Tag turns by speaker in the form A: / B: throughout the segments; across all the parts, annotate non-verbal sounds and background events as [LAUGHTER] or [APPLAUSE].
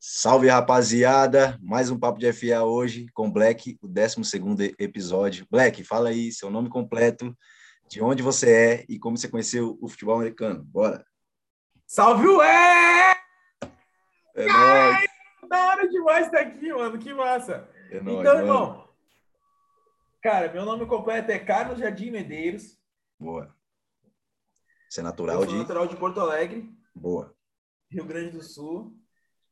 A: Salve, rapaziada! Mais um Papo de FA hoje com Black, o 12º episódio. Black, fala aí seu nome completo, de onde você é e como você conheceu o futebol americano. Bora!
B: Salve, ué!
A: É nóis!
B: Da hora demais estar aqui, mano. Que massa.
A: É nóis,
B: Então,
A: mano.
B: irmão, cara, meu nome completo é Carlos Jardim Medeiros.
A: Boa. Você é
B: Eu
A: natural
B: sou
A: de...
B: natural de Porto Alegre,
A: Boa.
B: Rio Grande do Sul.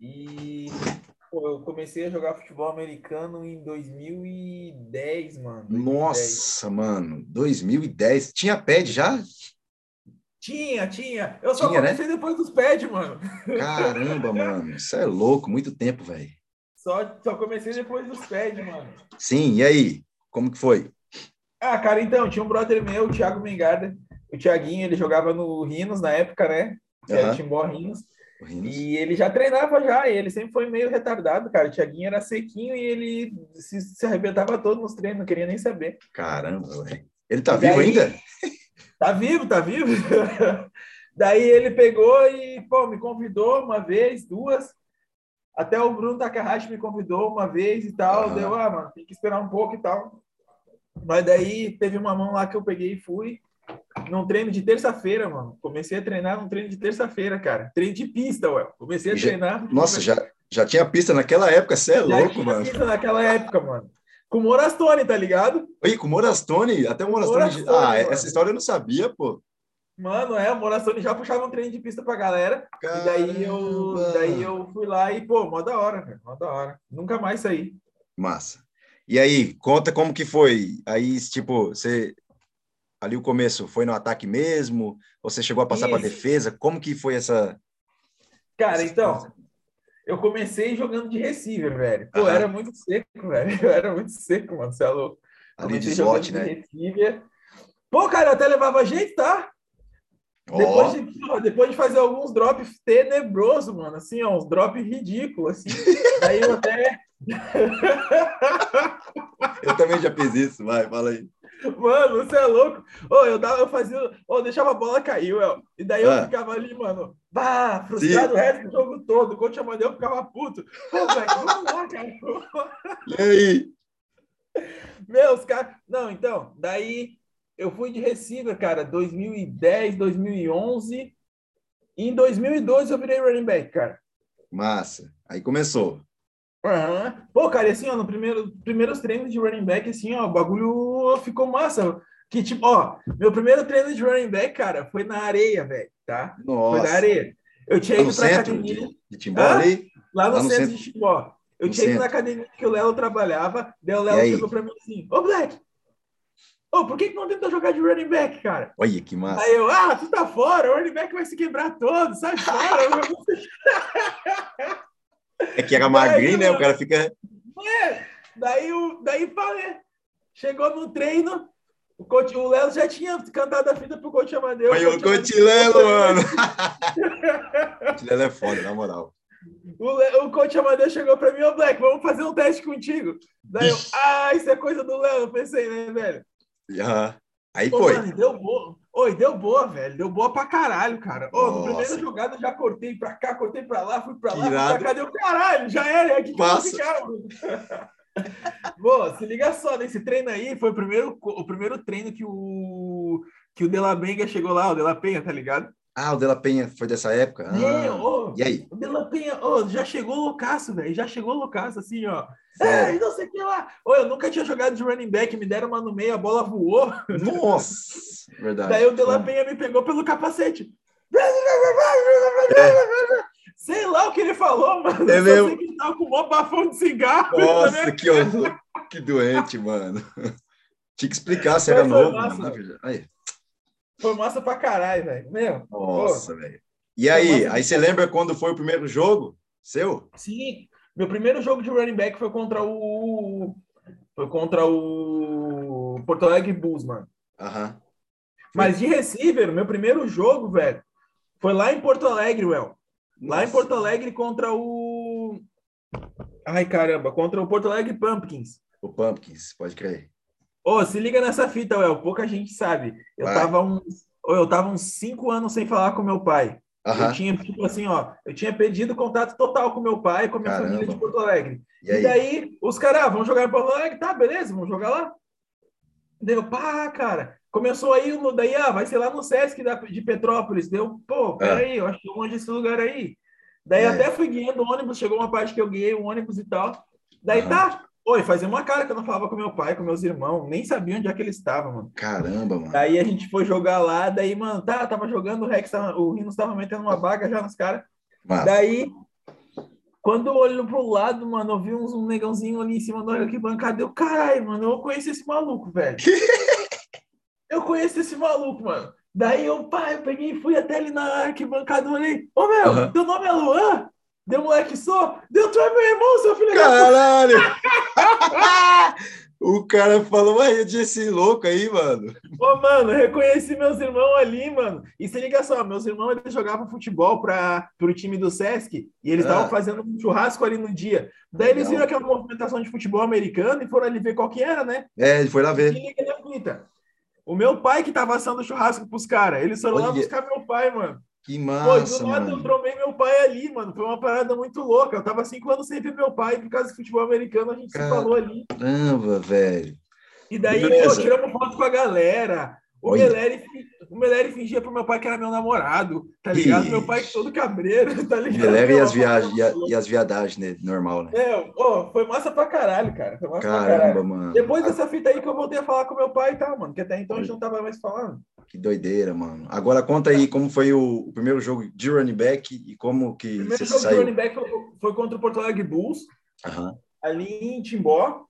B: E pô, eu comecei a jogar futebol americano em 2010, mano. 2010.
A: Nossa, mano. 2010. Tinha pad já?
B: Tinha, tinha. Eu só
A: Tinha, né?
B: comecei depois dos pads, mano.
A: Caramba, [LAUGHS] mano. Isso é louco. Muito tempo, velho.
B: Só, só comecei depois dos pads, mano.
A: Sim, e aí? Como que foi?
B: Ah, cara, então, tinha um brother meu, o Thiago Mengarda. O Thiaguinho, ele jogava no Rinos na época, né? Que era o
A: Aham.
B: Timbó Rinos.
A: O Rinos?
B: um. E ele já treinava já, e ele sempre foi meio retardado, cara. O Thiaguinho era sequinho e ele se, se arrebentava todo nos treinos, não queria nem saber.
A: Caramba, velho. Ele tá
B: E daí-
A: vivo ainda?
B: Tá vivo, tá vivo. [LAUGHS] Daí ele pegou e, pô, me convidou uma vez, duas. Até o Bruno Takahashi me convidou uma vez e tal.
A: Aham.
B: Deu, ah, mano, tem que esperar um pouco e tal. Mas daí teve uma mão lá que eu peguei e fui. Num treino de terça-feira, mano. Comecei a treinar num treino de terça-feira, cara. Treino de pista, ué. Comecei a
A: E já-
B: treinar.
A: Nossa, já, já tinha pista naquela época, você é
B: Já
A: louco,
B: tinha
A: mano.
B: sido naquela época, mano. Com o Morastone, tá ligado?
A: Oi, com o Morastone, até o Morastone.
B: Morastone,
A: ah,
B: mano.
A: essa história eu não sabia, pô.
B: Mano, é, o Morastone já puxava um treino de pista pra galera. E daí eu,
A: Caramba.
B: daí eu fui lá e, pô, mó da hora, velho. Mó da hora. Nunca mais saí.
A: Massa. E aí, conta como que foi. Aí, tipo, você. Ali o começo foi no ataque mesmo? Ou você chegou a passar para
B: Isso.
A: defesa? Como que foi essa.
B: Cara, então, eu comecei jogando de receiver, velho. Pô, eu
A: Aham.
B: era muito seco, velho. [LAUGHS] Eu era muito seco, mano. Você é louco.
A: Ali de
B: Comecei
A: slot,
B: jogando
A: né?
B: de receiver. Pô, cara, eu até levava jeito, tá? Depois,
A: Ó,
B: de, porra, depois de fazer alguns drops tenebroso, mano, assim, ó, uns drops
A: [LAUGHS]
B: ridículos, assim. Daí eu até,
A: eu também já fiz isso, vai, fala aí.
B: mano, você é louco. Ô, eu dava, eu fazia, ô, eu deixava a bola cair, ué. E daí eu
A: Ah.
B: ficava ali, mano, bah, frustrado o resto do jogo todo. O coach Amadeu ficava puto. Pô, velho, vamos lá, cara.
A: E aí?
B: Meus caras. Não, então, daí eu fui de receiver, cara, 2010, 2011. E em 2012 eu virei running back, cara.
A: Massa. Aí começou.
B: Aham. Pô, cara, e assim, ó, no primeiro, primeiros treinos de running back, assim, ó, o bagulho ficou massa. Que tipo, ó, meu primeiro treino de running back, cara, foi na areia, velho, tá? Foi na
A: Nossa.
B: areia. Eu tinha
A: Lá no
B: ido pra
A: centro
B: academia,
A: de, de Timbó
B: Hã?
A: ali?
B: lá no
A: lá no
B: centro
A: centro.
B: de Chimbó. Eu
A: No
B: tinha ido na
A: centro.
B: academia que o Lelo trabalhava, daí o
A: E
B: Lelo
A: aí?
B: chegou pra mim assim, ô, Black, ô, por que que não tenta jogar de running back, cara?
A: Olha que massa.
B: Aí eu, ah, tu tá fora, o running back vai se quebrar todo, sai fora.
A: É que era
B: Daí,
A: magrinho, né? O
B: mano.
A: cara fica.
B: [LAUGHS] Daí, o, daí pá, né? Chegou no treino, o coach, o Léo já tinha cantado a fita pro coach Amadeu.
A: Olha o cotilelo, mano.
B: [LAUGHS]
A: cotilelo é foda, na moral.
B: o, Le- o coach Amadeu chegou pra mim, ô Black, vamos fazer um teste contigo. Daí eu,
A: Ixi.
B: ah, isso é coisa do Léo, eu pensei, né, velho?
A: Aham. ah, Aí
B: Ô,
A: foi.
B: mano, deu boa. Oi, deu boa, velho. Deu boa pra caralho, cara. Ô, no
A: Nossa.
B: primeira jogada eu já cortei pra cá, cortei pra lá, fui pra
A: Que
B: lá, fui
A: irado.
B: pra cá, deu caralho, já era. É aqui que eu vou
A: Massa.
B: ficar, mano. [LAUGHS] Pô, se liga só, nesse treino aí foi o primeiro, co- o primeiro treino que o que o De La Benga chegou lá, o De La Penha, tá ligado?
A: Ah, o Dela Penha foi dessa época? Ah.
B: Meu, ô,
A: E aí?
B: o De La Penha, ô, já chegou loucaço, velho. Já chegou loucaço, assim, ó.
A: Sério?
B: Ei, não sei o que lá. Ô, eu nunca tinha jogado de running back, me deram uma no meio, a bola voou.
A: Nossa! Verdade.
B: Daí o De La
A: Bom,
B: Penha me pegou pelo capacete.
A: É.
B: Sei lá o que ele falou, mano.
A: É
B: Eu
A: mesmo.
B: só sei que ele tava com um maior bafão de cigarro.
A: Nossa, que horror. Que doente, mano. [LAUGHS] Tinha que explicar se era
B: Mas foi
A: novo.
B: massa,
A: mano. Aí.
B: Foi massa pra caralho, velho. Meu,
A: Nossa, velho. E
B: Foi
A: aí?
B: massa.
A: Aí você lembra quando foi o primeiro jogo seu?
B: sim. Meu primeiro jogo de running back foi contra o. Foi contra o. Porto Alegre Bulls, mano.
A: Aham.
B: Mas de receiver, meu primeiro jogo, velho, foi lá em Porto Alegre, Well. Lá em
A: Nossa.
B: Porto Alegre contra o. Ai, caramba, contra o Porto Alegre Pumpkins.
A: O Pumpkins, pode crer.
B: Ô, se liga nessa fita, Well, pouca gente sabe. Eu um,
A: Vai.
B: tava uns, ô, eu tava uns cinco anos sem falar com meu pai. Eu tinha, tipo assim, ó, eu tinha perdido contato total com meu pai e com a minha
A: Caramba.
B: família de Porto Alegre.
A: E aí?
B: E daí, os caras, ah, vamos jogar em Porto Alegre, tá, beleza, vamos jogar lá. Deu, pá, cara. Começou aí, no- daí, ah, vai ser lá no Sesc da, de Petrópolis. Deu, pô, peraí, eu acho que longe esse lugar aí. Daí
A: Ah. É.
B: até fui guiando o ônibus, chegou uma parte que eu guiei o ônibus e tal. Daí
A: Aham.
B: tá, oi, fazia uma cara que eu não falava com meu pai, com meus irmãos, nem sabia onde é que eles estavam, mano.
A: Caramba, mano.
B: Daí a gente foi jogar lá, daí, mano, tá, tava jogando, o Rex, tava, o Rinos tava metendo uma baga já nos caras.
A: Massa.
B: Daí, quando eu olho pro lado, mano, eu vi uns, um negãozinho ali em cima da arquibancada, eu, caralho, mano, eu conheço esse
A: [LAUGHS]
B: maluco, velho. eu conheço esse maluco, mano. Daí eu, pá, eu peguei e fui até ele na arquibancada, eu olhei, ô meu,
A: Aham.
B: teu nome é Luan? Deu moleque só? Deu, tu é meu irmão, seu filho da puta."
A: Caralho! [LAUGHS] o cara falou, ué, eu tinha esse louco aí, mano.
B: Ô, mano, reconheci meus irmãos ali, mano. E se liga só, meus irmãos eles jogavam futebol para pro time do Sesc e eles
A: Ah.
B: estavam fazendo um churrasco ali no dia. Daí eles
A: Legal.
B: viram aquela movimentação de futebol americano e foram ali ver qual que era, né?
A: É, ele foi lá
B: Se
A: ver.
B: liga na fita. O meu pai que tava assando churrasco pros caras. Eles foram lá
A: Olha.
B: buscar meu pai, mano.
A: Que
B: Pô,
A: massa,
B: do nada eu
A: mano.
B: tromei meu pai ali, mano. Foi uma parada muito louca. Eu tava cinco anos sem ver meu pai por causa do futebol americano. A gente
A: Cara.
B: se falou ali.
A: Caramba, velho.
B: E daí,
A: Beleza.
B: pô, tiramos foto com a galera. O
A: Olha.
B: Meleri, fi- o Meleri fingia pro meu pai que era meu namorado, tá ligado? Meu pai todo cabreiro, [LAUGHS] tá ligado?
A: Galera e as viagens,
B: viagens.
A: e, a- e as viadagens nele, normal, né?
B: É, ó, foi massa pra caralho, cara. Foi massa pra
A: Caramba,
B: caralho.
A: mano.
B: Depois dessa fita aí que eu voltei a falar com meu pai e tal, mano, que até então a gente não tava mais falando.
A: Ah, Que doideira, mano. Agora conta aí como foi o, o primeiro jogo de running back e como que
B: O
A: você
B: primeiro jogo de
A: saiu.
B: running back foi- foi contra o Porto Alegre Bulls,
A: Aham.
B: ali em Timbó,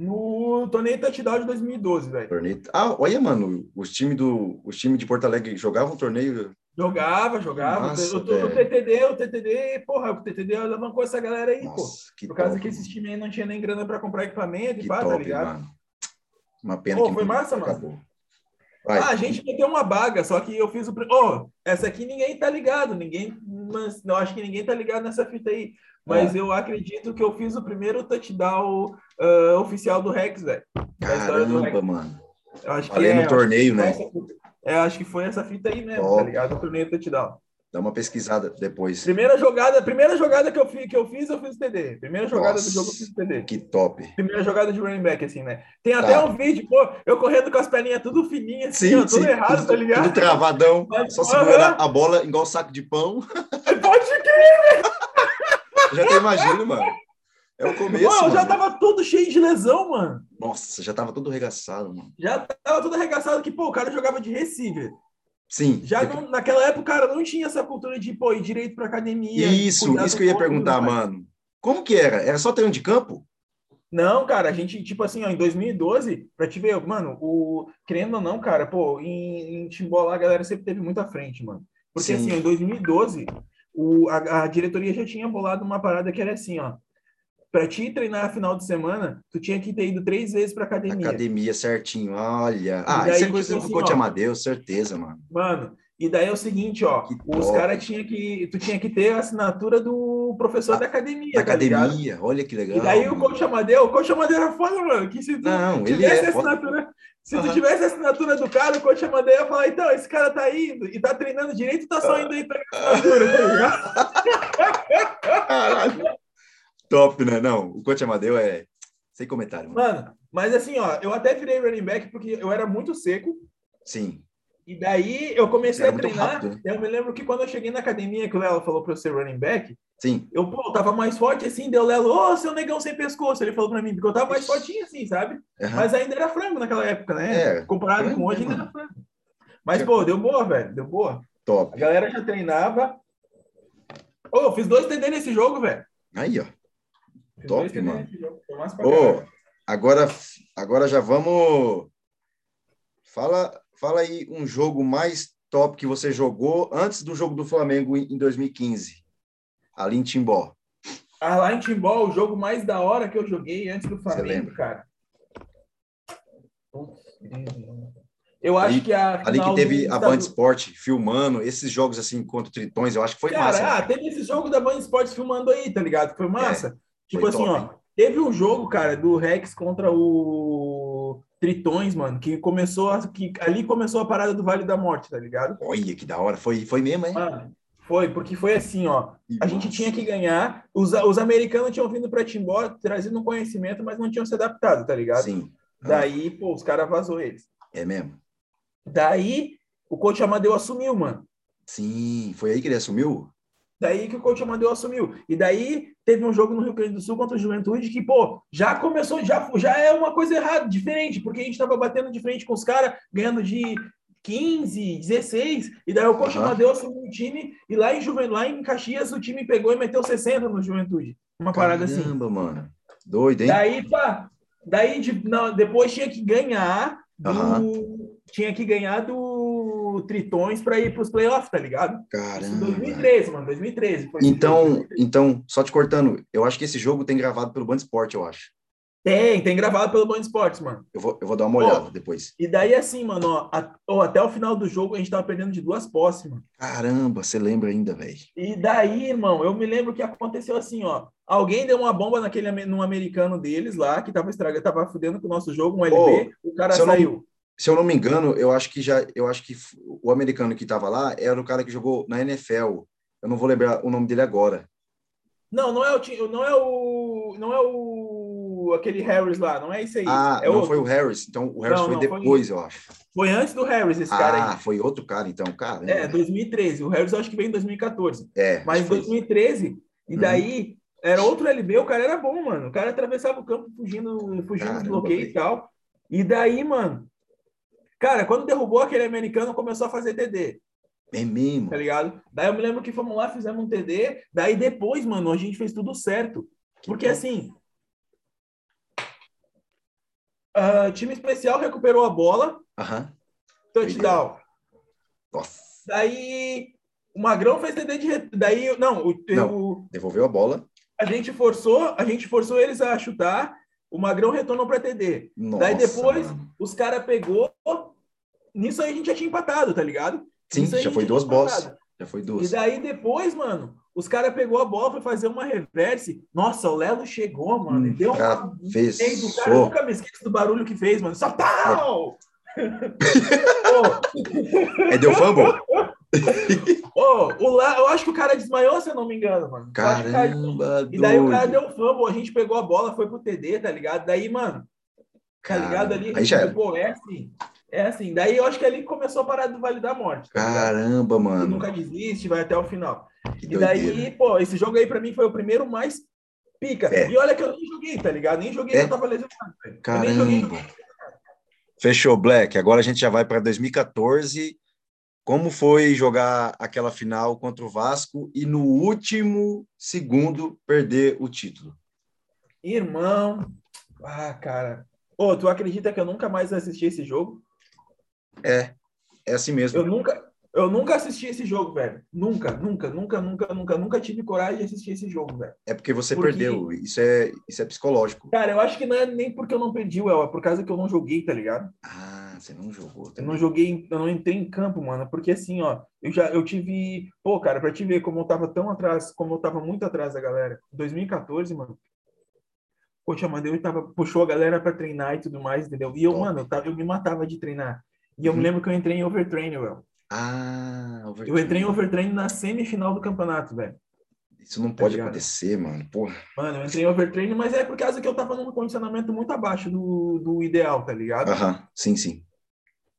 B: no torneio Touchdown de 2012, velho.
A: Torneio. Ah, olha, mano, os times do, os time de Porto Alegre jogavam um torneio.
B: Jogava, jogava.
A: Massa,
B: eu, tô- o
A: velho.
B: TTD, o TTD, porra, o TTD alavancou essa galera aí, pô.
A: Nossa, que
B: Por causa
A: top,
B: que esses times aí não tinha nem grana pra comprar equipamento
A: que
B: e pá, tá
A: top,
B: ligado?
A: mano. Uma pena
B: Pô,
A: que
B: foi
A: não
B: massa, mano.
A: acabou. Vai.
B: Ah, a gente meteu uma baga, só que eu fiz o. pri- Ô, essa aqui ninguém tá ligado, ninguém. Mas, não, acho que ninguém tá ligado nessa fita aí. Mas
A: É.
B: eu acredito que eu fiz o primeiro touchdown ah, oficial do Rex, velho. da história do
A: Caramba, mano.
B: Eu acho que é.
A: Valendo
B: eu
A: um
B: acho
A: torneio,
B: que
A: né?
B: foi essa- É, acho que foi essa fita aí mesmo, tá
A: Top.
B: ligado? O primeiro touchdown.
A: Dá uma pesquisada depois.
B: Primeira jogada, primeira jogada que eu fiz, que eu fiz, eu fiz o TD. Primeira jogada
A: Nossa.
B: do jogo, eu fiz o TD.
A: Que top.
B: Primeira jogada de running back, assim, né? Tem
A: Tá.
B: até um vídeo, pô, eu correndo com as perninhas tudo fininhas, assim, ó, tudo errado,
A: tudo,
B: tá ligado?
A: Tudo travadão.
B: Mas-
A: só segurar a bola igual saco de pão.
B: Pode crer,
A: Eu já até imagino, mano. É o começo.
B: mano, eu já
A: mano.
B: tava todo cheio de lesão, mano.
A: Nossa, já tava todo arregaçado, mano.
B: Já tava todo arregaçado que, pô, o cara jogava de receiver.
A: Sim.
B: Já
A: depois-
B: não- naquela época, o cara não tinha essa cultura de, pô, ir direito pra academia.
A: Isso,
B: cuidar
A: isso
B: do
A: que eu ia
B: corpo, né,
A: perguntar,
B: mas-
A: mano. Como que era? Era só treino de campo?
B: Não, cara, a gente, tipo assim, ó, em 2012, pra te ver, mano, o, querendo ou não, cara, pô, em, em Timbó lá a galera sempre teve muita frente, mano. Porque
A: Sim.
B: assim, ó, em 2012, o, a, a diretoria já tinha bolado uma parada que era assim, ó. Pra te treinar final de semana, tu tinha que ter ido três vezes pra academia.
A: Academia certinho, olha. Ah,
B: E
A: isso é
B: aí,
A: coisa
B: tipo
A: do
B: assim,
A: Coach
B: ó.
A: Amadeus, certeza, mano.
B: Mano, e daí é o seguinte, ó,
A: Que
B: os
A: top.
B: caras tinha que, tu tinha que ter a assinatura do professor da academia, tá ligado?
A: Academia, olha que legal.
B: E daí o
A: mano.
B: coach Amadeu, o coach Amadeu era foda, mano, que se tu
A: Não, ele
B: tivesse
A: é.
B: a
A: foda.
B: assinatura, se tu
A: Aham.
B: tivesse a assinatura do cara, o coach Amadeu ia falar, então, esse cara tá indo e tá treinando direito, tá só indo aí pegar a assinatura, tá ligado?
A: Caralho. Top, né? Não, o Coach Amadeu é. Sem comentário, mano.
B: [LAUGHS] Mano, mas assim, ó, eu até virei running back porque eu era muito seco,
A: Sim.
B: E daí eu comecei
A: Era
B: a
A: muito
B: treinar.
A: rápido, né?
B: Eu me lembro que quando eu cheguei na academia, que o Lelo falou pra eu ser running back,
A: Sim.
B: eu, pô, eu tava mais forte assim, deu Lelo, ô, seu negão sem pescoço, ele falou pra mim, porque eu tava mais fortinho assim, sabe?
A: Aham.
B: Mas ainda era frango naquela época, né?
A: É,
B: Comparado com
A: frango,
B: hoje, ainda
A: mano.
B: era frango. né? Mas, pô, deu boa, velho, deu boa. A
A: Top.
B: galera já treinava. Ô, eu fiz dois TD nesse jogo, velho.
A: Aí, ó.
B: Fiz
A: Top,
B: dois TD
A: mano.
B: nesse jogo, foi massa pra
A: Ô,
B: caralho.
A: agora, agora já vamos. Fala, fala aí um jogo mais top que você jogou antes do jogo do Flamengo em em 2015, ali em Timbó.
B: Ah, lá em Timbó, o jogo mais da hora que eu joguei antes do Flamengo,
A: lembra?
B: cara. Eu acho
A: Ali-
B: que a
A: Ali que
B: final
A: teve
B: do
A: a
B: estadu-
A: Band Sport filmando, esses jogos assim contra o Tritões, eu acho que foi
B: Cara,
A: massa. É,
B: ah, teve esse jogo da Band Sports filmando aí, tá ligado? Foi massa. tipo
A: foi
B: assim,
A: top.
B: ó. Teve um jogo, cara, do Rex contra o Tritões, mano, que começou a- que ali começou a parada do Vale da Morte, tá ligado?
A: Olha que da hora, foi, foi mesmo, hein?
B: Mano, Ah, Foi, porque foi assim, ó. A gente tinha que ganhar. Os, os americanos tinham vindo para Timbó, trazendo um conhecimento, mas não tinham se adaptado, tá ligado?
A: Sim.
B: Daí, pô, os caras vazou eles.
A: É mesmo?
B: Daí, o coach Amadeu assumiu, mano.
A: Sim. Foi aí que ele assumiu?
B: Daí que o coach Amadeu assumiu. E daí teve um jogo no Rio Grande do Sul contra o Juventude que, pô, já começou, já, já é uma coisa errada, diferente, porque a gente tava batendo de frente com os caras, ganhando de 15, 16, e daí o coach
A: Aham.
B: Amadeu assumiu o time, e lá em, Juven, lá em Caxias o time pegou e meteu 60 no Juventude. Uma parada assim.
A: Caramba, mano. Doido, hein?
B: Daí, pá, daí de- não, depois tinha que ganhar do, tinha que ganhar do Tritões para ir para os playoffs, tá ligado? Isso em
A: Caramba.
B: 2013, mano, 2013. foi esse jogo.
A: Então, então, só te cortando, eu acho que esse jogo tem gravado pelo Band Esporte, eu acho.
B: tem, tem gravado pelo Band Sports, mano.
A: Eu vou, eu vou dar uma
B: Pô.
A: olhada depois.
B: E daí assim, mano, ó, a- ó, até o final do jogo a gente tava perdendo de duas posses, mano.
A: Caramba, você lembra ainda, velho.
B: E daí, irmão, eu me lembro que aconteceu assim, ó. Alguém deu uma bomba naquele ame- num americano deles lá, que tava estragando, tava fudendo com o nosso jogo, um LB, o cara
A: se eu não-
B: saiu.
A: Se eu não me engano, eu acho que já, eu acho que f- o americano que tava lá era o cara que jogou na NFL. Eu não vou lembrar o nome dele agora.
B: Não, não é o Tim- não é o não é o aquele Harris lá, não é isso aí.
A: Ah,
B: é
A: não
B: outro.
A: foi o Harris. Então o Harris
B: Não,
A: foi
B: não, foi-
A: depois, eu acho.
B: Foi antes do Harris esse cara
A: Ah,
B: aí.
A: foi outro cara, então, cara.
B: É, 2013. O Harris eu acho que veio em 2014.
A: É,
B: Mas em
A: acho que foi-
B: 2013 e
A: Uhum.
B: daí era outro LB, o cara era bom, mano. O cara atravessava o campo fugindo, fugindo
A: Caramba,
B: do bloqueio
A: velho.
B: e tal. E daí, mano, cara, quando derrubou aquele americano, começou a fazer TD.
A: é mesmo.
B: tá ligado? Daí eu me lembro que fomos lá, fizemos um TD, daí depois, mano, a gente fez tudo certo. Porque
A: bom.
B: assim. ah, time especial recuperou a bola,
A: Aham.
B: touchdown.
A: Nossa,
B: Daí o Magrão fez TD de. re- Daí, não, o-
A: Não.
B: o-
A: devolveu a bola.
B: a gente forçou, a gente forçou eles a chutar, o Magrão retornou para TD.
A: Nossa,
B: Daí depois,
A: mano.
B: os caras pegou. Nisso aí a gente já tinha empatado, tá ligado?
A: Sim,
B: Nisso aí a
A: já
B: gente
A: foi duas
B: tinha
A: bolas.
B: empatado.
A: Já foi
B: E
A: duas.
B: daí depois, mano, os caras pegou a bola, foi fazer uma reverse. Nossa, o Lelo chegou, mano. E deu um uma... Fez o cara,
A: Travessou.
B: eu [LAUGHS] nunca me esqueço do barulho que fez, mano.
A: [LAUGHS]
B: Só pau! Ô,
A: É, deu fumble?
B: ô, o lá, eu acho que o cara desmaiou, se eu não me engano, mano. Eu acho que o cara-
A: Caramba,
B: E daí o cara
A: doido.
B: deu fumble, a gente pegou a bola, foi pro TD, tá ligado? Daí, mano, tá
A: Cara,
B: ligado ali?
A: Aí já era.
B: Pô, é assim, é assim. Daí eu acho que ali começou a parada do Vale da Morte, tá ligado?
A: Caramba,
B: Que
A: mano.
B: nunca desiste, vai até o final.
A: Que
B: E daí,
A: doideira.
B: pô, esse jogo aí pra mim foi o primeiro mais pica.
A: É.
B: E olha que eu nem joguei, tá ligado? Nem joguei,
A: É.
B: eu tava lesionado. velho. Eu nem joguei,
A: Caramba. Fechou, Black. Agora a gente já vai para 2014. Como foi jogar aquela final contra o Vasco e no último segundo perder o título?
B: Irmão. Ah, cara. Ô, tu acredita que eu nunca mais assisti esse jogo?
A: É, é assim mesmo.
B: Eu nunca, eu nunca assisti esse jogo, velho. Nunca, nunca, nunca, nunca, nunca, nunca tive coragem de assistir esse jogo, velho.
A: É porque você
B: Porque-
A: perdeu. Isso é, isso é psicológico.
B: Cara, eu acho que não é nem porque eu não perdi, Well, é por causa que eu não joguei, tá ligado?
A: Ah, você não jogou.
B: Eu
A: também.
B: não joguei, eu não entrei em campo, mano, porque assim, ó, eu já eu tive, pô, cara, pra te ver como eu tava tão atrás, como eu tava muito atrás da galera. 2014, mano. Coach Amadeu ele tava puxou a galera pra treinar e tudo mais, entendeu? E eu,
A: Top.
B: mano, eu tava, eu me matava de treinar. E eu
A: Uhum.
B: me lembro que eu entrei em overtraining, velho.
A: Ah,
B: Eu entrei em overtraining na semifinal do campeonato, velho.
A: Isso não pode
B: tá ligado?
A: acontecer, mano. Porra.
B: Mano, eu entrei em overtraining, mas é por causa que eu tava num condicionamento muito abaixo do, do ideal, tá ligado?
A: Aham, sim, sim.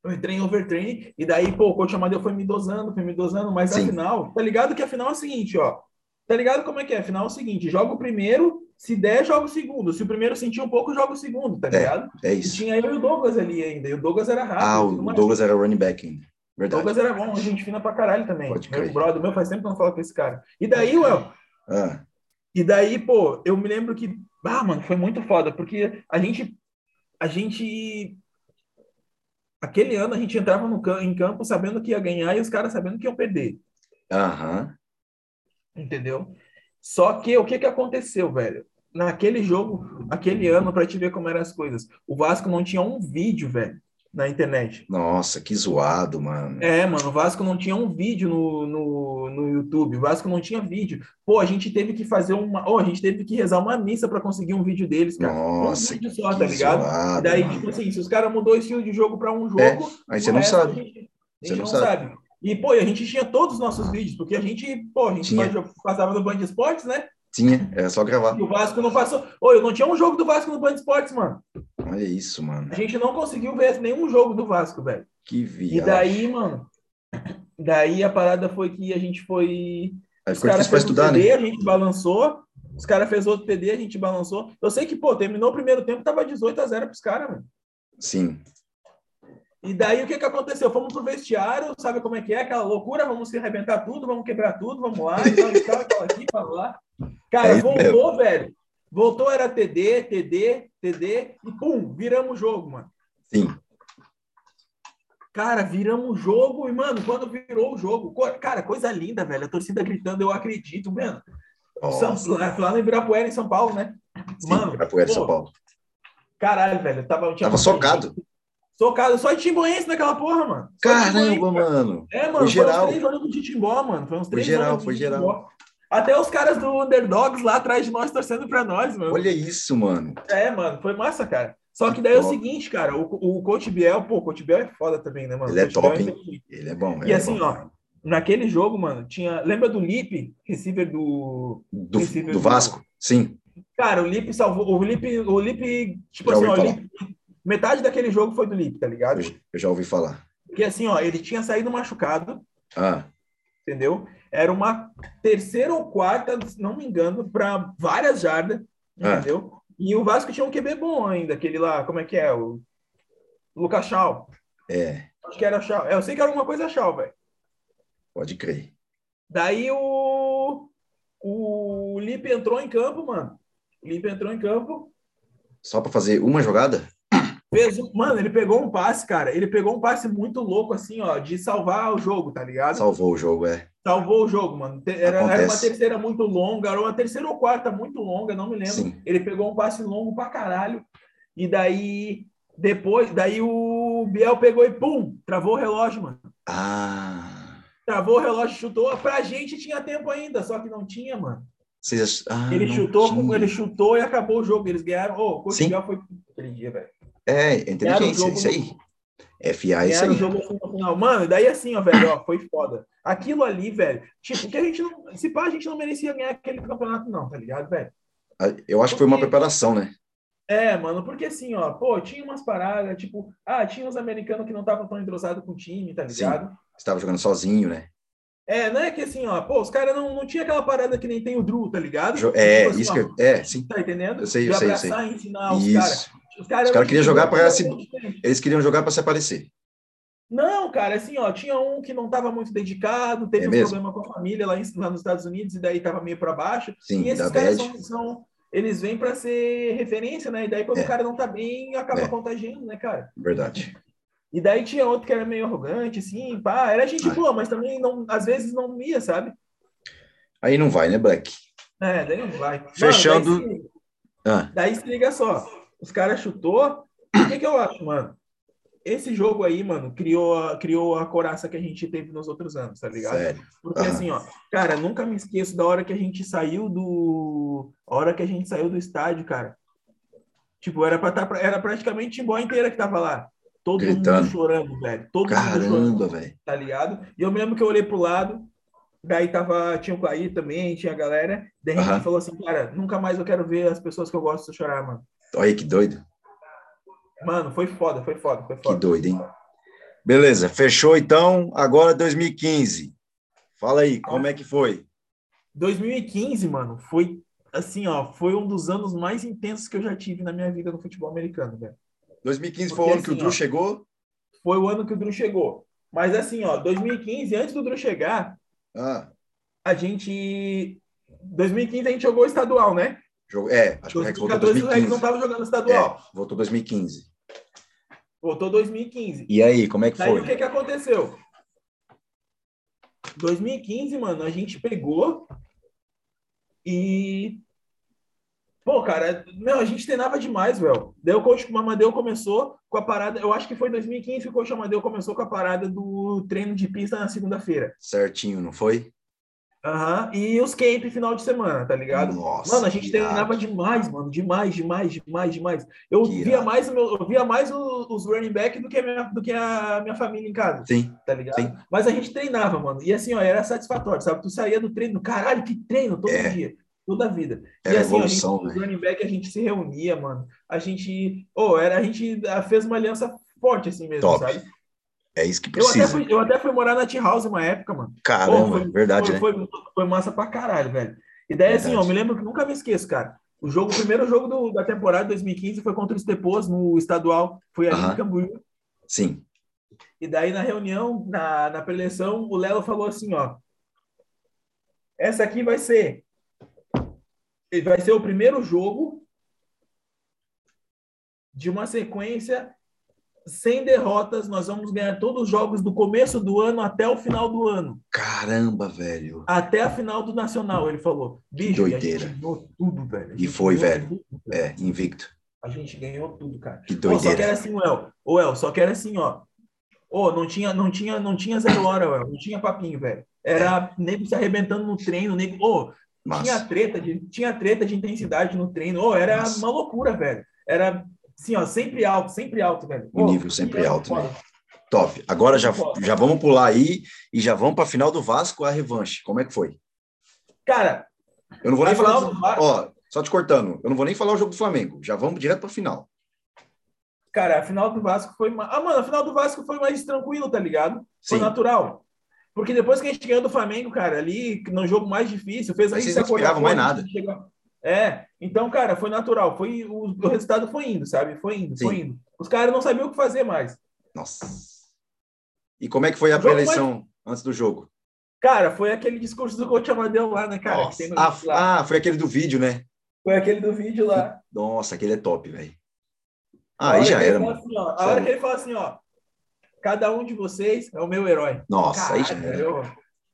B: Eu entrei em overtraining, e daí, pô, o coach Amadeu foi me dosando, foi me dosando, mas
A: Sim.
B: afinal, tá ligado que afinal é o seguinte, ó. Tá ligado como é que é? Afinal é o seguinte, joga o primeiro, se der, joga o segundo. Se o primeiro sentir um pouco, joga o segundo, tá
A: É,
B: ligado?
A: É
B: E
A: isso.
B: tinha eu e o Douglas ali ainda, e o Douglas era rápido.
A: Ah,
B: tudo
A: o
B: mais.
A: Douglas era running back ainda.
B: O
A: Verdade.
B: Douglas era bom, gente fina pra caralho também.
A: Pode
B: Meu
A: crer.
B: brother meu, faz tempo que eu não falo com esse cara. E daí, ué,
A: Ah,
B: e daí, pô, eu me lembro que, ah, mano, foi muito foda, porque a gente, a gente, aquele ano a gente entrava no, cam- em campo sabendo que ia ganhar e os caras sabendo que iam perder,
A: Aham.
B: entendeu? Só que o que que aconteceu, velho? Naquele jogo, aquele ano, pra te ver como eram as coisas, o Vasco não tinha um vídeo, velho, na internet.
A: Nossa, que zoado, mano.
B: É, mano, o Vasco não tinha um vídeo no, no, no YouTube, o Vasco não tinha vídeo. Pô, a gente teve que fazer uma. Ô, a gente teve que rezar uma missa pra conseguir um vídeo deles, cara.
A: Nossa,
B: um vídeo só,
A: que
B: tá ligado?
A: zoado,
B: Daí,
A: mano.
B: tipo assim, se os caras mudou o estilo de jogo pra um jogo,
A: É, Aí você
B: o
A: não
B: resto
A: sabe.
B: A gente, a
A: Você
B: gente
A: não
B: não sabe. E, pô, a gente tinha todos os nossos vídeos, porque a gente, pô, a gente
A: Tinha.
B: só passava no Band Esportes, né?
A: Tinha, era só gravar.
B: E o Vasco não passou. Ô, eu não tinha um jogo do Vasco no Band Esportes, mano.
A: Olha isso, mano.
B: A gente não conseguiu ver nenhum jogo do Vasco, velho.
A: Que
B: E
A: viagem.
B: daí, mano, daí a parada foi que a gente foi.
A: Aí
B: os
A: ficou
B: caras
A: difícil pra
B: fez um
A: estudar,
B: PD,
A: né?
B: a gente balançou. Os caras fez outro PD, a gente balançou. Eu sei que, pô, terminou o primeiro tempo, tava 18 a 0 pros caras, mano.
A: Sim.
B: E daí o que que aconteceu? Fomos pro vestiário, sabe como é que é? Aquela loucura, vamos se arrebentar tudo, vamos quebrar tudo, vamos lá, e tal, e tal, e tal, aqui, para lá. Cara,
A: É isso
B: voltou, velho. Voltou, era TD, TD, TD, e pum, viramos o jogo, mano.
A: Sim.
B: Cara, viramos o jogo e, mano, quando virou o jogo, co- cara, coisa linda, velho. A torcida gritando, eu acredito, mano. São,
A: Nossa,
B: lá, lá no Ibirapuera, em São Paulo, né?
A: sim,
B: mano,
A: Ibirapuera,
B: pô.
A: São Paulo.
B: Caralho, velho. eu Tava, eu tinha- um
A: Tava socado.
B: Socado, só de Timboense naquela porra, mano. Só de Timboense.
A: Caramba, mano.
B: É, mano,
A: Foi geral.
B: foi uns três anos de Timbó, mano. Foi uns
A: Foi
B: três
A: geral,
B: anos de
A: foi geral.
B: Timbó. Até os caras do Underdogs lá atrás de nós torcendo pra nós, mano.
A: Olha isso, mano.
B: É, mano, foi massa, cara. Só que
A: Que
B: daí é o
A: top.
B: seguinte, cara, o, o Coach Biel, pô, o Coach Biel é foda também, né, mano?
A: Ele é
B: Coach Biel
A: top, hein?
B: inteligente.
A: Ele é bom. ele
B: E
A: é
B: assim,
A: bom.
B: ó, naquele jogo, mano, tinha. Lembra do Lipe, receiver do.
A: Do,
B: Receiver
A: do
B: do-
A: Vasco? Sim.
B: Cara, o Lipe salvou. O Lipe, o Lipe tipo
A: Já
B: assim,
A: ouvi
B: ó, o
A: falar.
B: Lipe, metade daquele jogo foi do Lipe, tá ligado?
A: Eu, eu já ouvi falar.
B: Porque assim, ó, ele tinha saído machucado,
A: Ah,
B: entendeu? Era uma terceira ou quarta, se não me engano, para várias jardas,
A: Ah.
B: entendeu? E o Vasco tinha um QB bom ainda, aquele lá, como é que é? O Lucas Shaw.
A: é.
B: Acho que era Shaw. É, Eu sei que era alguma coisa Shaw, velho.
A: Pode crer.
B: Daí o o Lipe entrou em campo, mano. O Lipe entrou em campo.
A: Só pra fazer uma jogada?
B: Fez, um- mano, ele pegou um passe, cara. Ele pegou um passe muito louco, assim, ó, de salvar o jogo, tá ligado?
A: Salvou o jogo, é.
B: Salvou o jogo, mano. Te- Era, era uma
A: Acontece.
B: terceira muito longa, era uma terceira ou quarta muito longa, não me lembro.
A: Sim.
B: Ele pegou um passe longo pra caralho. E daí, depois, daí o Biel pegou e pum, travou o relógio, mano.
A: Ah.
B: Travou o relógio, chutou. Pra gente tinha tempo ainda, só que não tinha, mano.
A: Vocês ach- ah,
B: ele
A: não
B: chutou,
A: tinha.
B: ele chutou e acabou o jogo. Eles ganharam. Ô, o coach
A: Sim.
B: Biel foi aquele dia, velho.
A: É,
B: Ganharam o
A: inteligência,
B: jogo
A: isso aí. FA, isso
B: Ganharam o
A: aí.
B: jogo assim no final. Mano, daí assim, ó, velho, ó, foi foda. Aquilo ali, velho, tipo, que a gente não. Se pá, a gente não merecia ganhar aquele campeonato, não, tá ligado, velho?
A: Ah, Eu acho que foi uma preparação, né?
B: É, mano, porque assim, ó, pô, tinha umas paradas, tipo, ah, tinha uns americanos que não estavam tão entrosados com o time, tá
A: Sim.
B: ligado?
A: Você tava jogando sozinho, né?
B: É, não é que assim, ó, pô, os caras não, não tinha aquela parada que nem tem o Drew, tá ligado?
A: Jo- É,
B: Tipo assim,
A: isso
B: ó,
A: que eu... É, sim.
B: Tá entendendo?
A: Eu sei, eu
B: De
A: sei, eu sei.
B: abraçar e ensinar os caras.
A: Isso.
B: Os caras
A: Os cara queria jogar pra se-
B: se...
A: Eles queriam jogar pra se aparecer.
B: Não, cara, assim, ó, tinha um que não tava muito dedicado, teve
A: É
B: um
A: mesmo?
B: problema com a família lá, em- lá nos Estados Unidos e daí tava meio pra baixo. e
A: Sim,
B: esses
A: da
B: caras
A: bad.
B: são, são- Eles vêm pra ser referência, né? E daí quando
A: É.
B: o cara não tá bem, acaba
A: É.
B: contagiando, né, cara?
A: Verdade.
B: E daí tinha outro que era meio arrogante, assim, pá, era gente
A: Ah.
B: boa, mas também não, às vezes não ia, sabe?
A: Aí não vai, né, Black?
B: É, daí não vai. Mano,
A: Fechando-
B: daí, se,
A: Ah,
B: daí se liga só, os caras chutou, o que que eu acho, mano? Esse jogo aí, mano, criou a, criou a coraça que a gente teve nos outros anos, tá ligado?
A: sério.
B: Porque
A: Aham.
B: assim, ó, cara, nunca me esqueço da hora que a gente saiu do. A hora que a gente saiu do estádio, cara. Tipo, era, pra tá, era praticamente Timbó inteira que tava lá. Todo
A: Gritando.
B: mundo chorando, velho. Todo mundo chorando.
A: Caramba, velho.
B: tá ligado? E eu me lembro que eu olhei pro lado, daí tava, tinha o Clair também, tinha a galera, daí a
A: Aham.
B: gente falou assim, cara, nunca mais eu quero ver as pessoas que eu gosto chorar, mano.
A: Olha aí que doido.
B: Mano, foi foda, foi foda, foi
A: Que
B: foda.
A: doido, hein? Beleza, fechou então. Agora 2015. Fala aí, como é que foi?
B: 2015, mano, foi assim, ó, foi um dos anos mais intensos que eu já tive na minha vida no futebol americano, velho.
A: 2015 foi o
B: Porque
A: ano que o
B: assim,
A: Drew
B: ó.
A: chegou?
B: Foi o ano que o Drew chegou. Mas assim, ó, 2015, antes do Drew chegar,
A: Ah,
B: a gente 2015 a gente jogou estadual, né?
A: jogou. É, acho que o Rex voltou
B: 2014 o Rex não
A: 2015.
B: tava jogando estadual.
A: É, voltou 2015.
B: Voltou 2015.
A: E aí, como é que
B: Daí o
A: foi?
B: que que aconteceu? 2015, mano, a gente pegou e. Pô, cara, meu, a gente treinava demais, velho. Daí tipo, o coach Mamadeu começou com a parada. Eu acho que foi 2015 que o coach Amadeu começou com a parada do treino de pista na segunda-feira.
A: Certinho, não foi?
B: Aham, e os camp final de semana, tá ligado?
A: Nossa,
B: mano, a gente um
A: que irado.
B: treinava demais, mano. Demais, demais, demais, demais. Eu
A: Que
B: via
A: irado.
B: mais, o meu, eu via mais o- os running back do que, a minha, do que a minha família em casa,
A: Sim,
B: tá ligado?
A: Sim.
B: Mas a gente treinava, mano. E assim, ó, era satisfatório, sabe? Tu saía do treino, caralho, que treino todo
A: É.
B: dia, toda a vida.
A: era
B: e
A: a
B: assim, ó, a gente,
A: evolução, né?
B: os
A: velho.
B: running back, a gente se reunia, mano. A gente, oh, era, a gente ah, fez uma aliança forte assim mesmo,
A: Top.
B: sabe?
A: É isso que
B: Eu até,
A: precisa.
B: fui, eu até fui morar na T-House uma época, mano.
A: Caramba,
B: Pô,
A: verdade,
B: Foi,
A: né?
B: foi, foi massa pra caralho, velho. E daí, assim, ó,
A: Verdade.
B: me lembro que nunca me esqueço, cara. O jogo, o primeiro jogo do- da temporada de 2015 foi contra os Tepôs no estadual. Foi ali
A: Aham.
B: em Camboriú.
A: Sim.
B: E daí, na reunião, na, na preleção, o Léo falou assim, ó. Essa aqui vai ser... Vai ser o primeiro jogo de uma sequência sem derrotas. Nós vamos ganhar todos os jogos do começo do ano até o final do ano.
A: Caramba, velho.
B: Até a final do Nacional, ele falou. Bicho, e a gente
A: doideira.
B: ganhou tudo, velho. A
A: E
B: gente
A: foi,
B: ganhou
A: velho.
B: tudo, velho.
A: É, invicto.
B: A gente ganhou tudo, cara.
A: Que
B: Pô, só
A: doideira.
B: que era assim, Well. Ô, El, só que era assim, ó. Ô, não tinha, não tinha, não tinha zero hora, Well. Não tinha papinho, velho. Era nego se arrebentando no treino, nego. Ô, tinha
A: É. Massa.
B: treta, de, tinha treta de intensidade no treino. Ô, era
A: Massa.
B: uma loucura, velho. Era assim, ó, sempre alto, sempre alto, velho.
A: O
B: Ô,
A: nível sempre
B: que
A: alto, né?
B: foda.
A: Top. Agora já,
B: Foda.
A: já vamos pular aí e já vamos para a final do Vasco, a revanche. Como é que foi?
B: Cara,
A: Eu não vou nem
B: A
A: falar.
B: final
A: do-
B: do Vasco-
A: Ó, só te cortando. Eu não vou nem falar o jogo do Flamengo. Já vamos direto para a final.
B: cara, a final do Vasco foi. ma- Ah, mano, a final do Vasco foi mais tranquilo, tá ligado?
A: Sim.
B: Foi natural. Porque depois que a gente ganhou do Flamengo, cara, ali no jogo mais difícil, fez a
A: Aí
B: gente
A: vocês
B: se
A: não
B: acordar.
A: esperavam mais
B: pô, a
A: nada.
B: gente chega- É, então, cara, foi natural. Foi, o, o resultado foi indo, sabe? Foi indo, foi
A: Sim.
B: indo. Os caras não sabiam o que fazer mais.
A: Nossa. E como é que foi a
B: O jogo
A: preleção antes do jogo?
B: Cara, foi aquele discurso do Coach Amadeu lá, né, cara? Que
A: Nossa.
B: tem no
A: Ah,
B: vídeo lá.
A: ah, foi aquele do vídeo, né?
B: Foi aquele do vídeo lá.
A: Nossa, aquele é top, velho. Ah,
B: A
A: Aí
B: hora
A: já
B: que ele
A: era,
B: fala
A: mano.
B: assim, ó, a
A: Sério.
B: hora que ele fala assim, ó, cada um de vocês é o meu herói.
A: Nossa, aí já
B: Caralho,
A: era.
B: eu-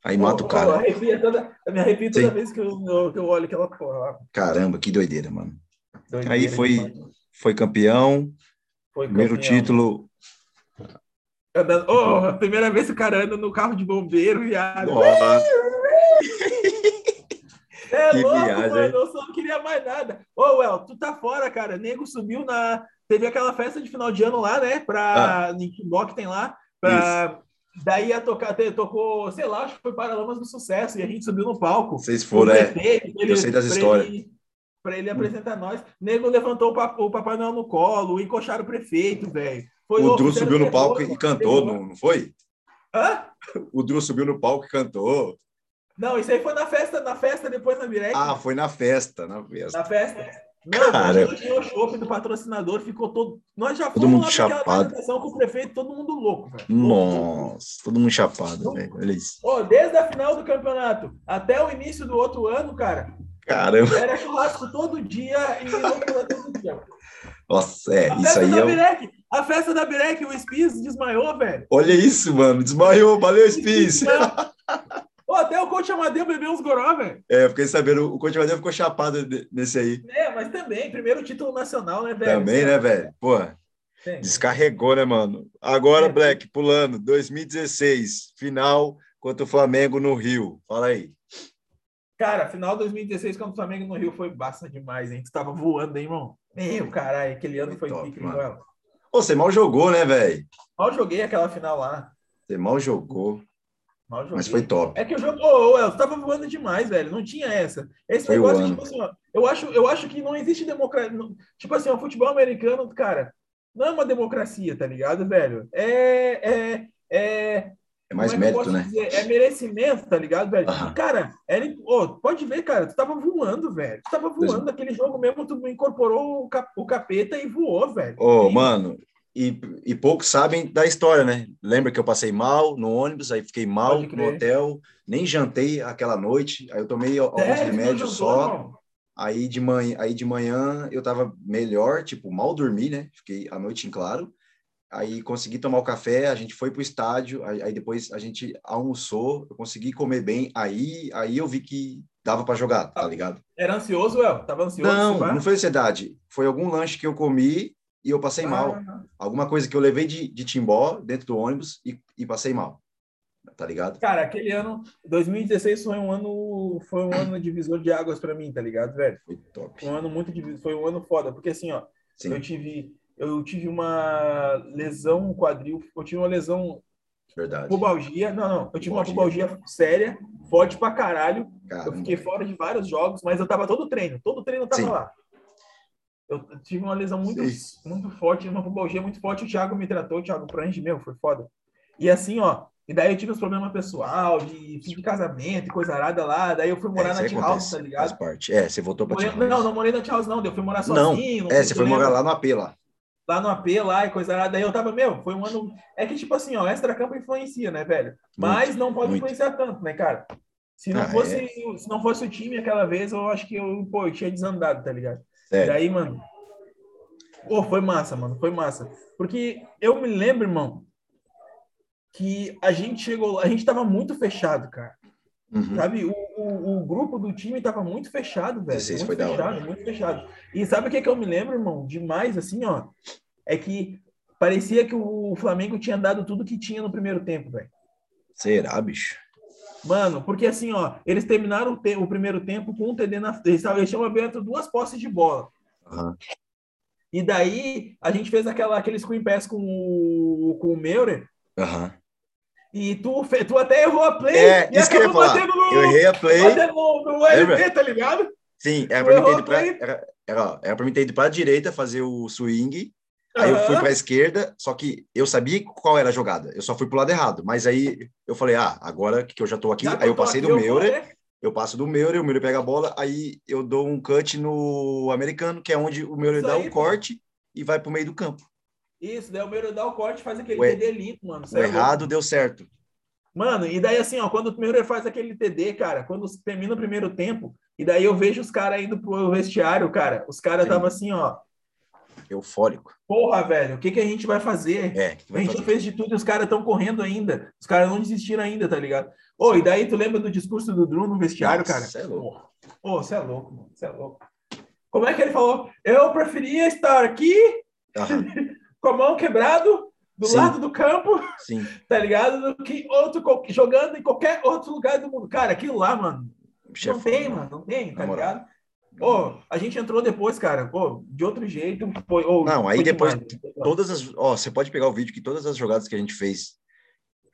A: Aí mata
B: eu-
A: o
B: Eu,
A: cara.
B: arrepio toda, eu me arrepio toda
A: Sim.
B: vez que eu, eu- que eu olho aquela porra lá.
A: Caramba, que doideira, mano.
B: Doideira
A: Aí foi,
B: demais.
A: foi campeão,
B: Foi
A: primeiro
B: campeão.
A: título.
B: Andando- Ô, a primeira vez que o cara anda no carro de bombeiro, viado.
A: Nossa,
B: é
A: que
B: louco,
A: viagem,
B: mano.
A: hein?
B: Eu só não queria mais nada. Ô, Well, tu tá fora, cara. Nego subiu na. Teve aquela festa de final de ano lá, né?
A: Ah.
B: Pra. Em Timbó que tem lá. Pra... Daí ia tocar, te- tocou, sei lá, acho que foi Paralamas do Sucesso. E a gente subiu no palco.
A: vocês foram,
B: O
A: é.
B: Pepe, ele-
A: Eu sei das
B: pra
A: histórias.
B: ele- Pra ele apresentar nós. Nego levantou o, pa- o Papai Noel no colo, encoxaram o prefeito, velho. Foi
A: O
B: louco,
A: Drew
B: fizeram
A: subiu no
B: terror,
A: palco e
B: mano.
A: cantou,
B: Terror.
A: não, não foi?
B: Hã?
A: O Drew subiu no palco e cantou.
B: Não, isso aí foi na festa, na festa depois na Mirec.
A: Ah, foi na festa, na festa.
B: na festa. Não,
A: Cara.
B: nós tinha o shopping do patrocinador, ficou todo. Nós já
A: Todo
B: fomos
A: mundo
B: lá pra aquela
A: chapado.
B: apresentação com o prefeito, todo mundo louco, velho. Louco.
A: Nossa, todo mundo chapado, velho. Olha isso.
B: Ó, desde a final do campeonato até o início do outro ano, cara,
A: Caramba.
B: era churrasco todo dia e loucura todo dia.
A: Nossa, é,
B: A
A: isso
B: festa tá
A: aí
B: da
A: é. um-
B: Mirec, a festa da Mirec, o Spiz desmaiou, velho.
A: Olha isso, mano. Desmaiou. Valeu, Spice.
B: Desmaiou. [LAUGHS] Ó, até o coach Amadeu bebeu uns goró, velho.
A: É, fiquei sabendo. O Coach Vadeu ficou chapado de- nesse aí.
B: É, mas também, primeiro título nacional, né, velho?
A: Também, né, velho? Porra,
B: Tem.
A: descarregou, né, mano? Agora,
B: É.
A: Black, pulando. 2016, final contra o Flamengo no Rio. Fala aí.
B: Cara, final de 2016, quando o Flamengo no Rio foi massa demais, hein? Tu tava voando, hein, irmão? Meu caralho, aquele ano foi
A: Top,
B: pique,
A: mano.
B: Miguel.
A: Ô, você mal jogou, né, velho?
B: Mal joguei aquela final lá.
A: Você mal jogou,
B: Mal joguei.
A: mas foi top.
B: É que o jogo. Ô, ô, El, tu tava voando demais, velho. Não tinha essa. Esse
A: Foi o
B: negócio,
A: ano.
B: tipo assim, ó. Eu acho, eu acho que não existe democracia. Tipo assim, o futebol americano, cara, não é uma democracia, tá ligado, velho? É. É. É,
A: É mais
B: Como é que eu
A: mérito,
B: posso
A: né?
B: dizer? É merecimento, tá ligado, velho?
A: Aham.
B: E, cara, era, ô, pode ver, cara, tu tava voando, velho. Tu tava
A: é.
B: voando daquele jogo mesmo, tu incorporou o, cap- o capeta e voou, velho.
A: Ô,
B: E-
A: mano, e, e poucos sabem da história, né? Lembra que eu passei mal no ônibus, aí fiquei mal
B: Pode
A: no
B: crer.
A: hotel, nem jantei aquela noite, aí eu tomei al- alguns
B: Sério, tu não
A: remédios
B: jantou,
A: só.
B: não?
A: Aí de manhã, aí de manhã eu tava melhor, tipo, mal dormi, né? Fiquei a noite em claro. Aí consegui tomar o café, a gente foi pro estádio, aí, aí depois a gente almoçou, eu consegui comer bem, aí aí eu vi que dava pra jogar,
B: Ah,
A: tá ligado?
B: Era ansioso, El? Tava ansioso?
A: Não,
B: sei lá?
A: não foi ansiedade, foi algum lanche que eu comi e eu passei mal
B: Ah,
A: alguma coisa que eu levei de, de Timbó dentro do ônibus e, e passei mal. tá ligado?
B: Cara, aquele ano, 2016 foi um ano, foi um ano divisor de águas para mim, tá ligado, velho?
A: Foi top.
B: Foi um ano muito divisor, foi um ano foda, porque assim, ó,
A: Sim.
B: eu tive eu tive uma lesão no quadril, eu tive uma lesão
A: Verdade.
B: pubalgia, não, não, eu tive uma
A: Pubalgia.
B: pubalgia séria, forte pra caralho. Eu
A: Caramba.
B: fiquei fora de vários jogos, mas eu tava todo treino, todo treino eu tava
A: Sim.
B: lá. Eu tive uma lesão muito,
A: Sim.
B: muito forte, uma pubalgia muito forte. O Thiago me tratou, o Thiago Prange, meu, foi foda. E assim, ó, e daí eu tive uns problemas pessoal, de fim de casamento, e coisa arada lá. Daí eu fui morar
A: É, isso
B: na
A: aí
B: Tea House,
A: acontece,
B: tá ligado?
A: Faz parte. É, você voltou pra
B: Morei-
A: Tia
B: não, não morei na Tea House, não, daí eu fui morar
A: Não,
B: sozinho. não
A: É,
B: sei
A: você
B: se
A: foi
B: lembra
A: morar lá no AP lá. Hum.
B: lá no AP lá e coisa lá. Daí eu tava, meu, foi um ano. É que, tipo assim, ó, extra-campo influencia, né, velho? Mas não pode
A: muito.
B: influenciar tanto, né, cara? Se não,
A: Ah,
B: fosse, se não fosse o time aquela vez, eu acho que eu, pô, eu tinha desandado, tá ligado? E
A: Sério.
B: aí, mano. Pô, foi massa, mano, foi massa. Porque eu me lembro, irmão, que a gente chegou lá, a gente tava muito fechado, cara.
A: Uhum.
B: Sabe, o, o, o grupo do time tava muito fechado, velho.
A: 16
B: muito
A: foi da hora.
B: fechado, muito fechado. E sabe o que, que eu me lembro, irmão? Demais, assim, ó. É que parecia que o Flamengo tinha dado tudo que tinha no primeiro tempo, velho.
A: Será, bicho?
B: Mano, porque assim, ó, eles terminaram o, te- o primeiro tempo com um TD na. Eles tavam- eles tinham aberto duas posses de bola.
A: Aham.
B: E daí a gente fez aquela, aquele screen pass com o, com o Meurer.
A: Aham.
B: E tu, fe- tu até errou a play
A: É,
B: e
A: isso que eu ia
B: acabou
A: falar.
B: batendo no,
A: Eu errei a play.
B: batendo no, no
A: Lembra?
B: LP, tá ligado?
A: Sim, era pra mim ter ido pra.
B: Eu errei
A: Era, era, ó, era pra mim ter ido pra direita fazer o swing. Aí eu fui
B: Aham.
A: pra esquerda, só que eu sabia qual era a jogada. Eu só fui pro lado errado. Mas aí eu falei, ah, agora que eu já tô aqui,
B: Já
A: aí eu
B: botou
A: passei
B: aqui,
A: do
B: eu vou,
A: Meurer.
B: né?
A: Eu passo do Meurer, o Meurer pega a bola, aí eu dou um cut no americano, que é onde o Meurer
B: Isso
A: dá
B: aí,
A: um
B: pô.
A: corte e vai pro meio do campo.
B: Isso, daí o Meurer dá o corte e faz aquele
A: Ué,
B: TD lindo, mano.
A: O
B: Cê é louco.
A: errado deu certo.
B: Mano, e daí assim, ó, quando o Meurer faz aquele TD, cara, quando termina o primeiro tempo, e daí eu vejo os caras indo pro vestiário, cara, os caras
A: Sim.
B: tava assim, ó,
A: Eufórico.
B: porra, velho, o que que a gente vai fazer?
A: É, que
B: A
A: vai
B: gente já
A: fazer.
B: fez de tudo e os caras estão correndo ainda. Os caras não desistiram ainda, tá ligado? Ô, e daí tu lembra do discurso do Drew no vestiário,
A: Nossa,
B: cara?
A: cê é louco.
B: Ô, você é louco, mano, você é louco. Como é que ele falou? Eu preferia estar aqui
A: Aham,
B: com a mão quebrado, do
A: Sim.
B: lado do campo,
A: sim.
B: tá ligado? Do que outro co- jogando em qualquer outro lugar do mundo. Cara, aquilo lá, mano,
A: Chefão.
B: não tem, mano, não tem, tá
A: Na moral.
B: ligado? Ô, a gente entrou depois, cara, pô, de outro jeito. Foi, ô,
A: Não, aí
B: foi
A: depois
B: demais.
A: Todas as. Ó, você pode pegar o vídeo que todas as jogadas que a gente fez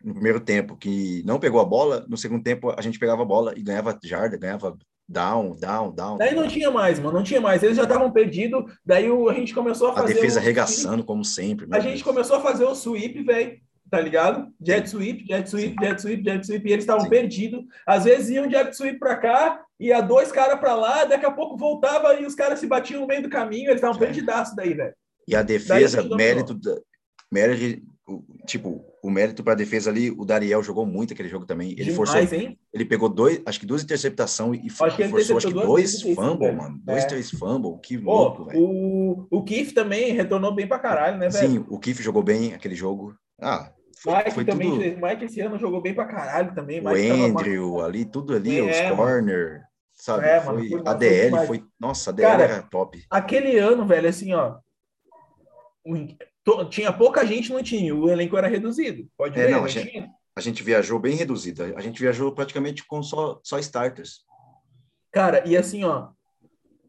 A: no primeiro tempo, que não pegou a bola, no segundo tempo a gente pegava a bola e ganhava jarda, ganhava down, down, down.
B: Daí não tinha mais, mano, não tinha mais. Eles já estavam perdidos, daí o- a gente começou a
A: A
B: fazer.
A: defesa
B: o-
A: arregaçando, né, como sempre.
B: A
A: meu
B: gente
A: Deus.
B: começou a fazer o sweep, velho. Tá ligado? Jet sweep, jet sweep, jet sweep, jet sweep. E eles estavam
A: Sim.
B: perdidos. Às vezes iam jet sweep pra cá, ia dois caras pra lá, daqui a pouco voltava e os caras se batiam no meio do caminho. Eles estavam
A: É.
B: perdidaço daí, velho.
A: E a defesa,
B: Daí ele
A: mérito, da, mérito o- tipo, o mérito para a defesa ali, o Daniel jogou muito aquele jogo também. Ele forçou,
B: Demais, hein?
A: ele pegou dois, acho que duas interceptações e
B: Acho que ele
A: forçou acho que
B: interceptou duas
A: dois
B: vezes,
A: fumble,
B: velho.
A: mano. Dois,
B: É.
A: três fumble, que
B: Pô,
A: louco, velho.
B: o, o Kiff também retornou bem pra caralho, né, velho?
A: Sim, o Kiff jogou bem aquele jogo. Ah, foi,
B: Mike
A: foi
B: também,
A: tudo
B: fez- Mike esse ano jogou bem pra caralho também.
A: o
B: Mike tava-
A: Andrew ali, tudo ali,
B: É,
A: os
B: mano.
A: corner, sabe?
B: É, mano,
A: foi,
B: foi-
A: a DL
B: foi
A: foi, nossa, a DL
B: Cara,
A: era top.
B: Aquele ano, velho, assim, ó. o- to- tinha pouca gente no time, o elenco era reduzido. Pode
A: É,
B: ver,
A: não,
B: não
A: a gente-
B: tinha.
A: A gente viajou bem reduzida. A gente viajou praticamente com só só starters.
B: Cara, e assim, ó.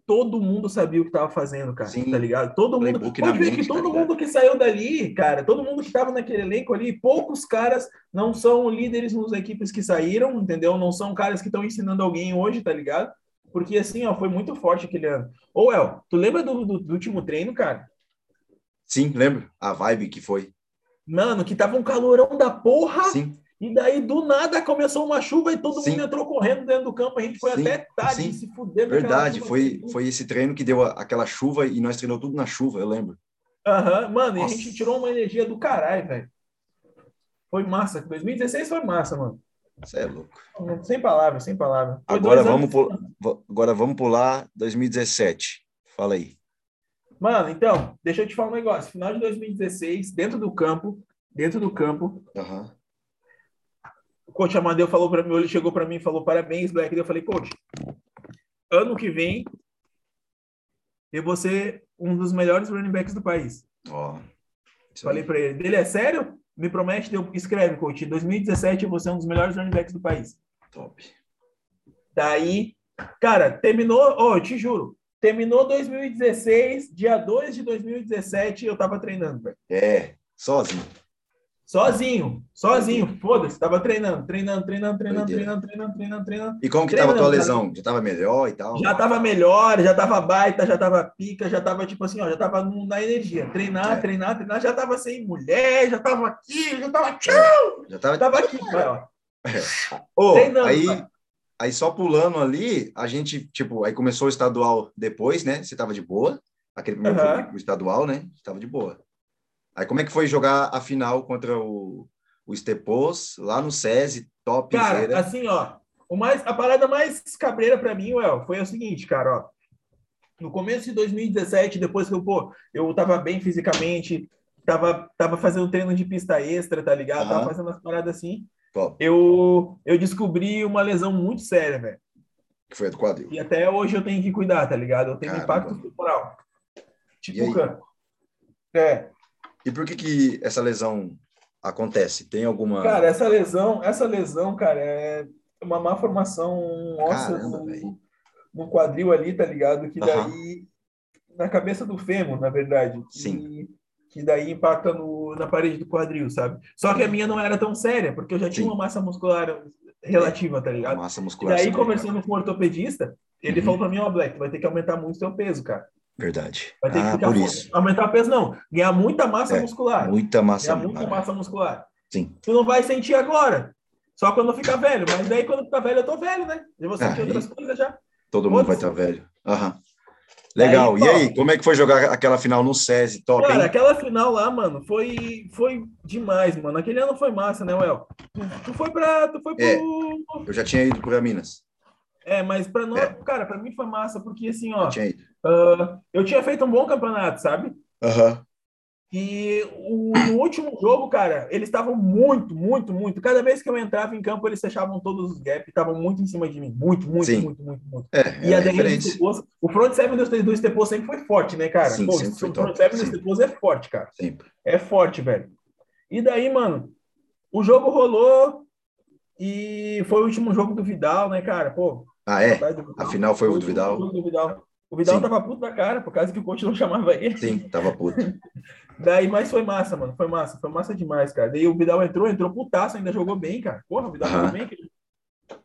B: Todo mundo sabia o que tava fazendo, cara.
A: Sim.
B: Tá ligado? Todo mundo.
A: Playbook na
B: Pode ver
A: mente,
B: que
A: tá
B: todo
A: ligado?
B: mundo que saiu dali, cara, todo mundo que tava naquele elenco ali, poucos caras não são líderes nas equipes que saíram, entendeu? Não são caras que estão ensinando alguém hoje, tá ligado? Porque assim, ó, foi muito forte aquele ano. Ô, El, tu lembra do, do- do último treino, cara?
A: Sim, lembro a vibe que foi.
B: Mano, que tava um calorão da porra.
A: Sim.
B: [LAUGHS] E daí, do nada, começou uma chuva e todo
A: Sim.
B: mundo entrou correndo dentro do campo. A gente foi
A: Sim,
B: até tarde
A: sim.
B: se fuder. naquela
A: Verdade,
B: chuva. assim,
A: foi, foi esse treino que deu a- aquela chuva e nós treinou tudo na chuva, eu lembro.
B: Aham, Mano, e a
A: Nossa.
B: gente tirou uma energia do caralho, velho. Foi massa. 2016 foi massa, mano.
A: Você é louco.
B: Sem palavras, sem palavras. Foi
A: Agora
B: dois
A: vamos,
B: anos-
A: pul- va- agora vamos pular 2017. Fala aí.
B: Mano, então, deixa eu te falar um negócio. Final de 2016, dentro do campo, dentro do campo,
A: Aham.
B: o coach Amadeu falou pra mim, ele chegou pra mim e falou parabéns, Black. Daí Eu falei, coach, ano que vem eu vou ser um dos melhores running backs do país.
A: Ó. Isso
B: Falei
A: aí.
B: pra ele, dele é sério? Me promete, deu, escreve, coach. Em 2017 você é um dos melhores running backs do país.
A: Top.
B: Daí, cara, terminou, ó, eu te juro, terminou 2016, dia 2 de 2017 eu tava treinando, velho.
A: É, sozinho.
B: Sozinho, sozinho, foda-se, tava treinando, treinando, treinando, treinando,
A: Doideira.
B: treinando, treinando, treinando, treinando.
A: E como que tava a tua
B: Treinando,
A: lesão? Já tava melhor e tal?
B: Já tava melhor, já tava baita, já tava pica, já tava tipo assim, ó, já tava no- na energia. Treinar,
A: É.
B: treinar, treinar, já tava sem mulher, já tava aqui, já tava tchau,
A: Já tava...
B: já tava aqui, vai, ó.
A: Ô,
B: treinando,
A: aí,
B: cara.
A: aí só pulando ali, a gente, tipo, aí começou o estadual depois, né? Você tava de boa. Aquele primeiro
B: Aham.
A: jogo, o estadual, né? Você tava de boa. Aí como é que foi jogar a final contra o, o Estepos, lá no SESI, top
B: Cara, assim, ó, o mais, a parada mais cabreira pra mim, Well, foi o seguinte, cara, ó. No começo de 2017, depois que eu, pô, eu tava bem fisicamente, tava, tava fazendo um treino de pista extra, tá ligado? Tava
A: Aham.
B: fazendo as paradas assim.
A: top.
B: Eu, eu descobri uma lesão muito séria, velho.
A: Que foi a do quadril.
B: E até hoje eu tenho que cuidar, tá ligado? Eu tenho
A: Caramba.
B: impacto corporal.
A: E aí?
B: Tipo, cara. É,
A: E por que que essa lesão acontece? Tem alguma...
B: cara, essa lesão, essa lesão, cara, é uma má formação um óssea
A: Caramba,
B: no,
A: velho.
B: no quadril ali, tá ligado? Que
A: Aham.
B: daí na cabeça do fêmur, na verdade, que,
A: Sim.
B: que daí impacta no, na parede do quadril, sabe? Só que a minha não era tão séria, porque eu já tinha
A: Sim.
B: uma massa muscular relativa, tá
A: A
B: ligado?
A: massa
B: E
A: muscular.
B: daí,
A: superior.
B: conversando com o ortopedista, ele
A: Uhum.
B: falou pra mim, ó, Black, tu vai ter que aumentar muito o teu peso, cara.
A: Verdade.
B: Vai ter que
A: Ah,
B: ficar
A: por
B: forte.
A: isso.
B: aumentar peso, não. Ganhar muita massa
A: É,
B: muscular.
A: Muita massa
B: Ganhar muita
A: muscular.
B: É massa muscular.
A: Sim.
B: Tu não vai sentir agora. Só quando eu ficar velho. Mas daí, quando eu ficar velho, eu tô velho, né? Eu vou sentir
A: Aí.
B: outras coisas já.
A: Todo mundo vai
B: Foda-se.
A: estar velho. Aham. Legal.
B: Aí,
A: e
B: pô.
A: aí, como é que foi jogar aquela final no SESI? Top,
B: Cara,
A: hein?
B: aquela final lá, mano, foi, foi demais, mano. Aquele ano foi massa, né, Well? Tu, tu foi pra. Tu foi
A: É.
B: pro.
A: Eu já tinha ido para Minas.
B: É, mas pra nós,
A: É.
B: cara, pra mim foi massa, porque assim, ó,
A: Já tinha ido.
B: ah, eu tinha feito um bom campeonato, sabe?
A: Aham.
B: E o, no último jogo, cara, eles estavam muito, muito, muito. Cada vez que eu entrava em campo, eles fechavam todos os gaps, estavam muito em cima de mim. Muito, muito,
A: Sim.
B: muito, muito, muito.
A: É,
B: E
A: era
B: a defesa do
A: referência.
B: Estepos, o front seven do, do Estepos sempre foi forte, né, cara?
A: Sim,
B: Pô,
A: sempre foi
B: o front
A: top,
B: seven do
A: sempre.
B: Estepos é forte, cara.
A: Sempre.
B: É forte, velho. E daí, mano, o jogo rolou e foi o último jogo do Vidal, né, cara? Pô,
A: Ah, é?
B: saudade do Vidal.
A: A final foi o do
B: último
A: Vidal.
B: jogo do Vidal. O Vidal
A: Sim.
B: tava puto da cara, por causa que o coach não chamava ele.
A: Sim, tava puto.
B: Daí, mas foi massa, mano. Foi massa, foi massa demais, cara. Daí o Vidal entrou, entrou putaço, ainda jogou bem, cara. Porra, o Vidal
A: Aham.
B: jogou bem. cara.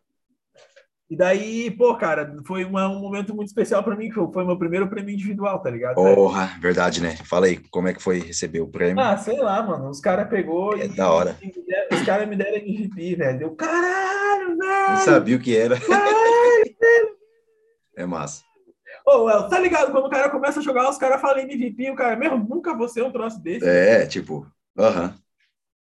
B: E daí, pô, cara, foi uma- um momento muito especial pra mim, que foi meu primeiro prêmio individual, tá ligado?
A: Porra, verdade, né? Fala aí, como é que foi receber o prêmio?
B: Ah, sei lá, mano. Os caras pegou
A: É
B: e.
A: da hora.
B: e me deram- os caras me deram MVP, velho. Eu, caralho, velho!
A: Não sabia o que era.
B: caralho!
A: É massa.
B: Ô, Léo, tá ligado? Quando o cara começa a jogar, os caras falam MVP, o cara, meu, nunca vou ser um troço desse.
A: É, tipo, aham.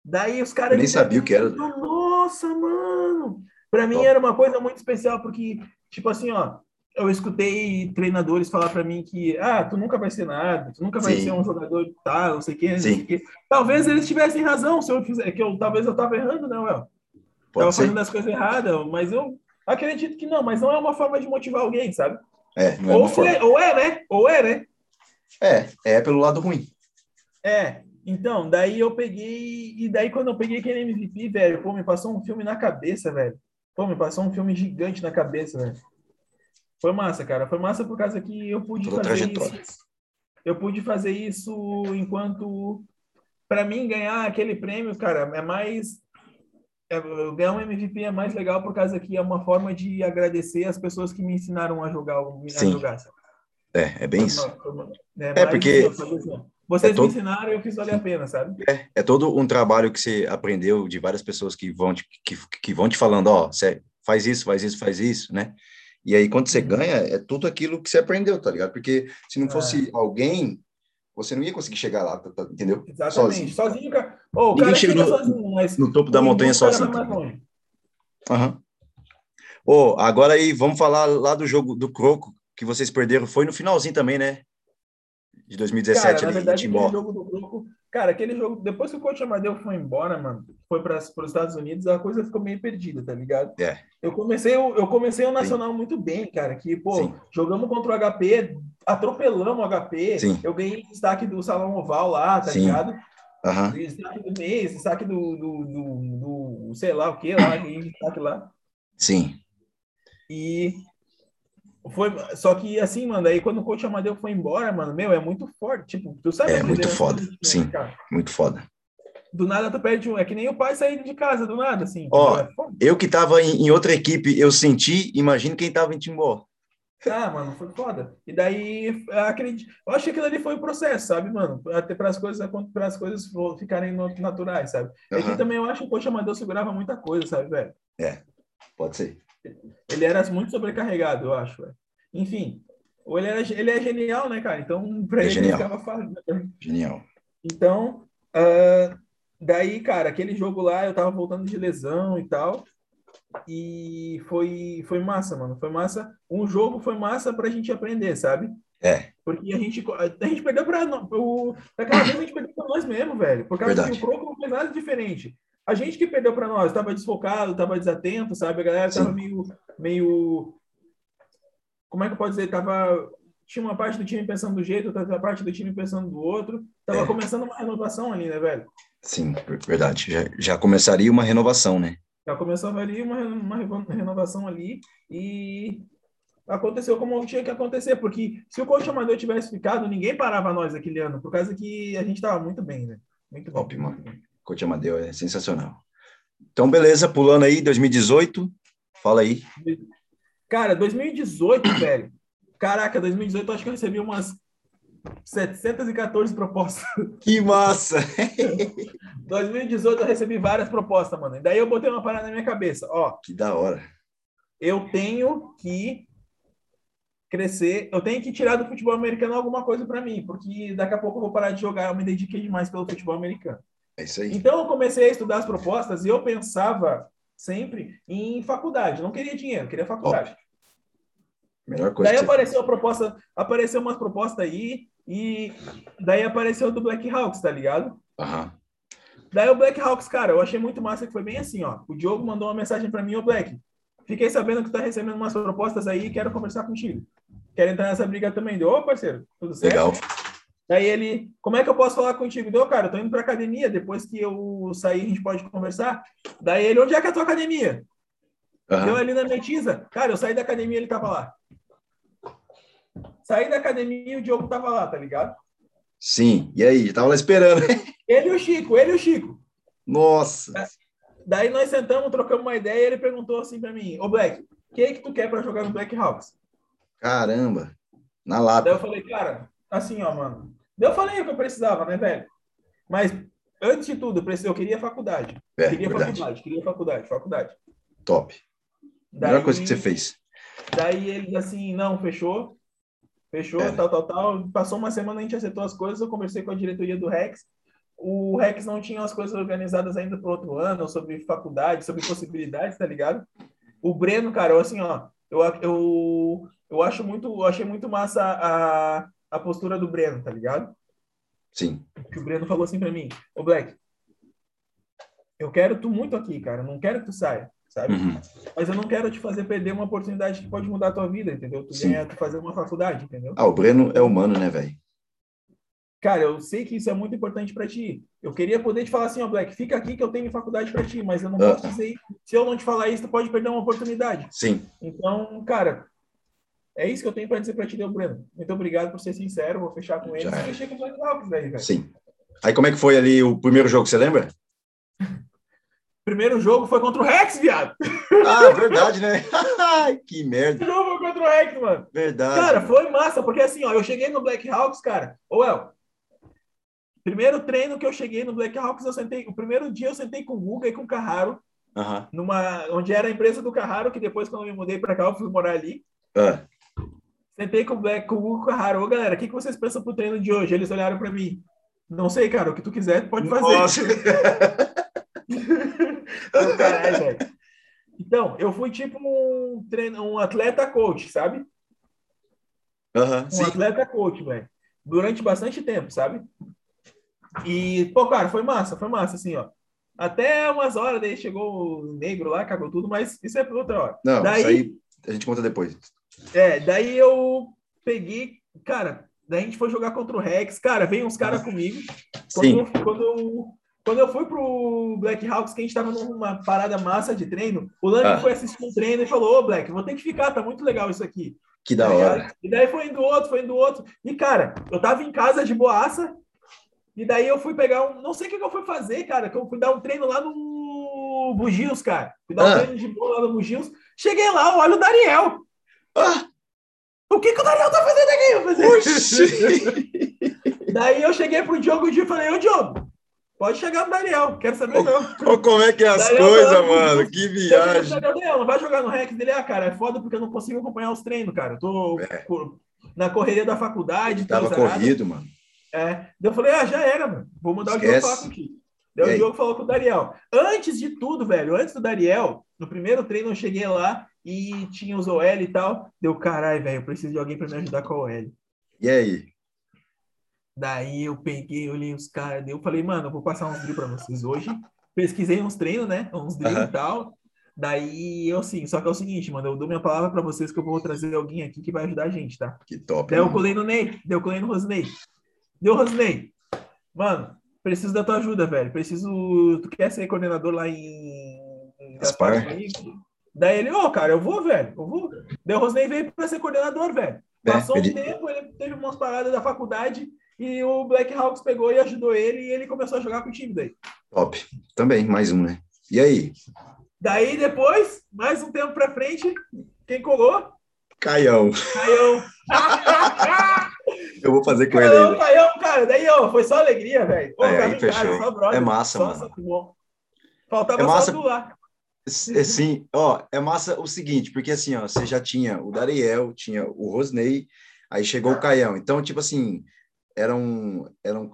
B: Daí os
A: Eu
B: caras.
A: nem
B: me deram
A: sabia o que era. né?
B: Eu, Nossa, mano! Pra mim
A: Top.
B: era uma coisa muito especial, porque, tipo assim, ó, eu escutei treinadores falar pra mim que, ah, tu nunca vai ser nada, tu nunca vai
A: Sim.
B: ser um jogador de tal, não sei o quê, não sei
A: Sim.
B: o quê. Talvez eles tivessem razão, se eu fizer, que eu talvez eu tava errando, né, Léo? Tava
A: Pode ser?
B: fazendo as coisas erradas, mas eu acredito que não, mas não é uma forma de motivar alguém, sabe?
A: É, não é
B: ou,
A: uma forma.
B: é, ou é, né? Ou é, né?
A: É, é pelo lado ruim.
B: É. Então, daí eu peguei. E daí, quando eu peguei aquele MVP, velho, pô, me passou um filme na cabeça, velho. Pô, me passou um filme gigante na cabeça, velho. Foi massa, cara. Foi massa por causa que eu pude
A: Toda a
B: fazer
A: trajetória.
B: isso. Eu pude fazer isso enquanto. Pra mim, ganhar aquele prêmio, cara, é mais. é- ganhar um MVP é mais legal por causa que é uma forma de agradecer as pessoas que me ensinaram a jogar. A
A: Sim.
B: jogar sabe?
A: É, é bem isso.
B: É,
A: É, porque-
B: Vocês
A: É todo-
B: me ensinaram e eu fiz valer a pena, sabe?
A: É todo um trabalho que você aprendeu de várias pessoas que vão te, que, que vão te falando, ó, você faz isso, faz isso, faz isso, né? E aí, quando você ganha, é tudo aquilo que você aprendeu, tá ligado? Porque se não fosse alguém, você não ia conseguir chegar lá, tá- tá- entendeu?
B: Exatamente. Sozinho,
A: Sozinho.
B: cara. Ô, o
A: Ninguém
B: cara
A: chega
B: chega
A: no-
B: sozinho, mas.
A: No topo da
B: o
A: montanha
B: cara é vai
A: sozinho.
B: mais
A: Tá
B: longe.
A: Aham. Ô, agora aí, vamos falar lá do jogo do Croco, que vocês perderam. Foi no finalzinho também, né? De 2017
B: Cara, na
A: ali, em
B: verdade,
A: Timbó.
B: aquele jogo do grupo. Cara, aquele jogo. Depois que o coach Amadeu foi embora, mano, foi para os Estados Unidos, a coisa ficou meio perdida, tá ligado?
A: É.
B: Eu comecei, o- eu comecei o Nacional muito bem, cara. Que, pô,
A: Sim.
B: jogamos contra o HP, atropelamos o HP.
A: Sim.
B: Eu ganhei destaque do Salão Oval lá, tá
A: Sim.
B: ligado?
A: Aham.
B: Esse saque do mês, esse saque do, do, do, do sei lá o que lá, e saque lá.
A: Sim.
B: E foi, só que assim, mano, aí quando o coach Amadeu foi embora, mano, meu, é muito forte. Tipo, tu sabe?
A: É
B: a
A: muito
B: liderança
A: foda,
B: do time,
A: sim.
B: cara.
A: Muito foda.
B: Do nada tu perde um. É que nem o pai saindo de casa, do nada, assim.
A: Ó.
B: É foda.
A: Eu que tava em, em outra equipe, eu senti, imagino quem tava em Timbó.
B: Ah, mano, foi foda. E daí, acredito. Eu acho que aquilo ali foi o processo, sabe, mano? Até para as coisas, para as coisas fo- ficarem no- naturais, sabe? É que
A: Aham,
B: também eu acho que o coach amador segurava muita coisa, sabe, velho?
A: Pode ser.
B: Ele era muito sobrecarregado, eu acho, velho. Enfim, ou ele, era, ele é genial, né, cara? Então, [LAUGHS] pra
A: É
B: ele,
A: genial.
B: ficava fácil.
A: Genial.
B: Então, ah, daí, cara, aquele jogo lá, eu tava voltando de lesão e tal. E foi, foi massa, mano. Foi massa. Um jogo foi massa pra gente aprender, sabe?
A: É.
B: Porque a gente, a gente perdeu pra. no- O, daquela vez a gente perdeu pra nós mesmo, velho. Por causa
A: Verdade.
B: que o Croco não fez nada diferente. A gente que perdeu pra nós, tava desfocado, tava desatento, sabe? A galera tava
A: Sim.
B: meio, meio. Como é que eu posso dizer? Tava. Tinha uma parte do time pensando do jeito, outra parte do time pensando do outro. Tava
A: É.
B: começando uma renovação ali, né, velho?
A: Sim, ver- verdade. Já, já começaria uma renovação, né?
B: Já começava Tá ali uma, uma reno- renovação ali e aconteceu como tinha que acontecer, porque se o coach amador tivesse ficado, ninguém parava nós aquele ano, por causa que a gente tava muito bem, né? Muito bom.
A: Top, mano. Coach Amadeu é sensacional. Então, beleza, pulando aí, 2018. Fala aí.
B: Cara, 2018, [COUGHS] velho. Caraca, 2018 eu acho que eu recebi umas 714 propostas. [LAUGHS]
A: Que massa!
B: 2018 eu recebi várias propostas, mano. E daí eu botei uma parada na minha cabeça, ó.
A: Que da hora.
B: eu tenho que crescer, eu tenho que tirar do futebol americano alguma coisa para mim, porque daqui a pouco eu vou parar de jogar, eu me dediquei demais pelo futebol americano.
A: É isso aí.
B: Então eu comecei a estudar as propostas e eu pensava sempre em faculdade, não queria dinheiro, queria faculdade.
A: Melhor coisa.
B: Daí
A: que você-
B: apareceu a proposta, apareceu umas propostas aí e daí apareceu do Black Hawks, tá ligado?
A: Aham.
B: Daí o Black Hawks, cara, eu achei muito massa que foi bem assim, ó. O Diogo mandou uma mensagem pra mim, ô Black, fiquei sabendo que tu tá recebendo umas propostas aí, quero conversar contigo. Quero entrar nessa briga também. Deu, ô parceiro, tudo certo?
A: Legal.
B: Daí ele, como é que eu posso falar contigo? Deu, cara, eu tô indo pra academia, depois que eu sair a gente pode conversar. Daí ele, onde é que é a tua academia? Eu é-
A: Aham.
B: ali na Metiza, cara, eu saí da academia, ele tava lá. Saí da academia e o Diogo tava lá, tá ligado?
A: Sim. E aí? Tava lá esperando.
B: Ele e o Chico, ele e o Chico.
A: Nossa.
B: Daí nós sentamos, trocamos uma ideia e ele perguntou assim pra mim: Ô Black, quem é que tu quer pra jogar no Black Hawks?
A: Caramba. Na
B: Daí eu
A: lata.
B: falei, cara, assim ó, mano. Daí eu falei o que eu precisava, né, velho? Mas antes de tudo, eu precis- eu queria faculdade.
A: É,
B: queria
A: verdade.
B: faculdade, queria faculdade, faculdade.
A: Top.
B: Daí,
A: Melhor coisa que você fez.
B: Daí ele assim: não, fechou. Fechou,
A: É.
B: tal, tal, tal. Passou uma semana, a gente acertou as coisas. Eu conversei com a diretoria do Rex. O Rex não tinha as coisas organizadas ainda para outro ano, sobre faculdade, sobre possibilidades, tá ligado? O Breno, cara, eu, assim, ó, eu, eu, eu acho muito, eu achei muito massa a, a postura do Breno, tá ligado?
A: Sim.
B: Que o Breno falou assim pra mim, ô Black, eu quero tu muito aqui, cara, eu não quero que tu saia, sabe?
A: Uhum.
B: Mas eu não quero te fazer perder uma oportunidade que pode mudar a tua vida, entendeu? Tu
A: Sim.
B: ganhar, tu fazer uma faculdade, entendeu?
A: Ah, o Breno é humano, né, velho?
B: Cara, eu sei que isso é muito importante pra ti. Eu queria poder te falar assim, ó, Black, fica aqui que eu tenho faculdade pra ti, mas eu não
A: Ah.
B: posso dizer isso. Se eu não te falar isso, tu pode perder uma oportunidade.
A: Sim.
B: Então, cara, é isso que eu tenho para dizer para ti, Del Breno. Muito obrigado por ser sincero, vou fechar com ele.
A: Já
B: Eu
A: é.
B: Fechei com o Black Hawks né, aí, velho.
A: Sim. Aí como é que foi ali o primeiro jogo, você lembra?
B: Primeiro jogo foi contra o Rex, viado.
A: Ah, verdade, né? [LAUGHS] que merda.
B: Primeiro jogo foi contra o Rex, mano.
A: Verdade.
B: Cara, foi massa, porque assim, ó, eu cheguei no Black Hawks, cara. Ô, El, primeiro treino que eu cheguei no Black Hawks, eu sentei, o primeiro dia eu sentei com o Guga e com o Carraro,
A: Aham.
B: numa, onde era a empresa do Carraro, que depois quando eu me mudei para cá, eu fui morar ali.
A: Ah,
B: Sentei com o Black, com o Hugo Carraro. Ô, galera, o que, que vocês pensam pro treino de hoje? Eles olharam pra mim. Não sei, cara, o que tu quiser, tu pode fazer.
A: Nossa.
B: Eu, caralho, velho. [LAUGHS] Então, eu fui tipo um, treino, um atleta coach, sabe?
A: [LAUGHS] Aham,
B: Um
A: sim.
B: atleta coach, velho. Durante bastante tempo, sabe? E, pô, cara, foi massa, foi massa, assim, ó. Até umas horas, daí chegou o negro lá, cagou tudo, mas isso é pra outra hora.
A: Não,
B: Daí-
A: isso aí a gente conta depois.
B: É, daí eu peguei, cara, Daí a gente foi jogar contra o Rex. Cara, veio uns caras comigo. Quando,
A: Sim.
B: Eu, quando, eu, quando eu fui pro Black Hawks, que a gente tava numa parada massa de treino, o Lani
A: Ah.
B: foi assistir um treino e falou, ô, Black, vou ter que ficar, tá muito legal isso aqui.
A: Que da hora.
B: tá E daí foi indo outro, foi indo outro. E, cara, eu tava em casa de boaça. E daí eu fui pegar um. Não sei o que, que eu fui fazer, cara. Que eu fui dar um treino lá no Bugios, cara. Fui dar um
A: Ah.
B: treino de boa lá no Bugios. Cheguei lá, olha o Dariel.
A: Ah,
B: O que, que o Dariel tá fazendo aqui? Eu falei,
A: oxi!
B: [LAUGHS] daí eu cheguei pro Diogo Di e falei, ô Diogo, pode chegar pro Dariel, quero saber não.
A: Olha como é que é as
B: Daí eu
A: coisas,
B: tava-
A: mano. Que viagem.
B: Daniel, não vai jogar no Rex dele, ah, cara, é foda porque eu não consigo acompanhar os treinos, cara. Eu tô
A: É.
B: por- na correria da faculdade,
A: Tava
B: coisa arada.
A: corrido, mano.
B: É. Daí eu falei, ah, já era, mano. Vou mandar o Diogo
A: Esquece.
B: falar contigo. Daí
A: E
B: o
A: aí?
B: Diogo falou com o Dariel. Antes de tudo, velho, antes do Dariel, no primeiro treino eu cheguei lá e tinha os OL e tal. Deu, caralho, velho, eu preciso de alguém pra me ajudar com a OL.
A: E aí?
B: Daí eu peguei, olhei os caras, daí eu falei, mano, eu vou passar uns drill pra vocês hoje. Pesquisei uns treinos, né? Uns drill
A: Aham.
B: e tal. Daí eu sim, só que é o seguinte, mano, eu dou minha palavra pra vocês que eu vou trazer alguém aqui que vai ajudar a gente, tá?
A: Que top.
B: Daí eu
A: mano.
B: colei no Ney, daí eu colei no Rosnei. Deu, Rosnei. Mano, preciso da tua ajuda, velho. Preciso. Tu quer ser coordenador lá em. em
A: Gaspar.
B: Gaspar comigo? Daí ele, ô, cara, eu vou, velho, eu vou. Daí o Rosnei veio pra ser coordenador, velho.
A: É,
B: Passou
A: ele-
B: um tempo, ele teve umas paradas da faculdade e o Black Hawks pegou e ajudou ele e ele começou a jogar com o time daí.
A: Top. Também, mais um, né? E aí?
B: Daí depois, mais um tempo pra frente, quem colou?
A: Caião. [LAUGHS]
B: Caião. [LAUGHS]
A: Eu vou fazer com ele
B: Caião,
A: ainda.
B: Caião, cara, daí ó, foi só alegria, velho. Ô,
A: É, aí
B: tava em casa,
A: fechou.
B: só brother,
A: É massa,
B: só
A: mano.
B: santo bom. Faltava
A: É massa.
B: só tu lá.
A: S- é, Sim, ó, é massa o seguinte, porque assim, ó, você já tinha o Dariel, tinha o Rosnei, aí chegou o Caião. Então, tipo assim, eram, eram,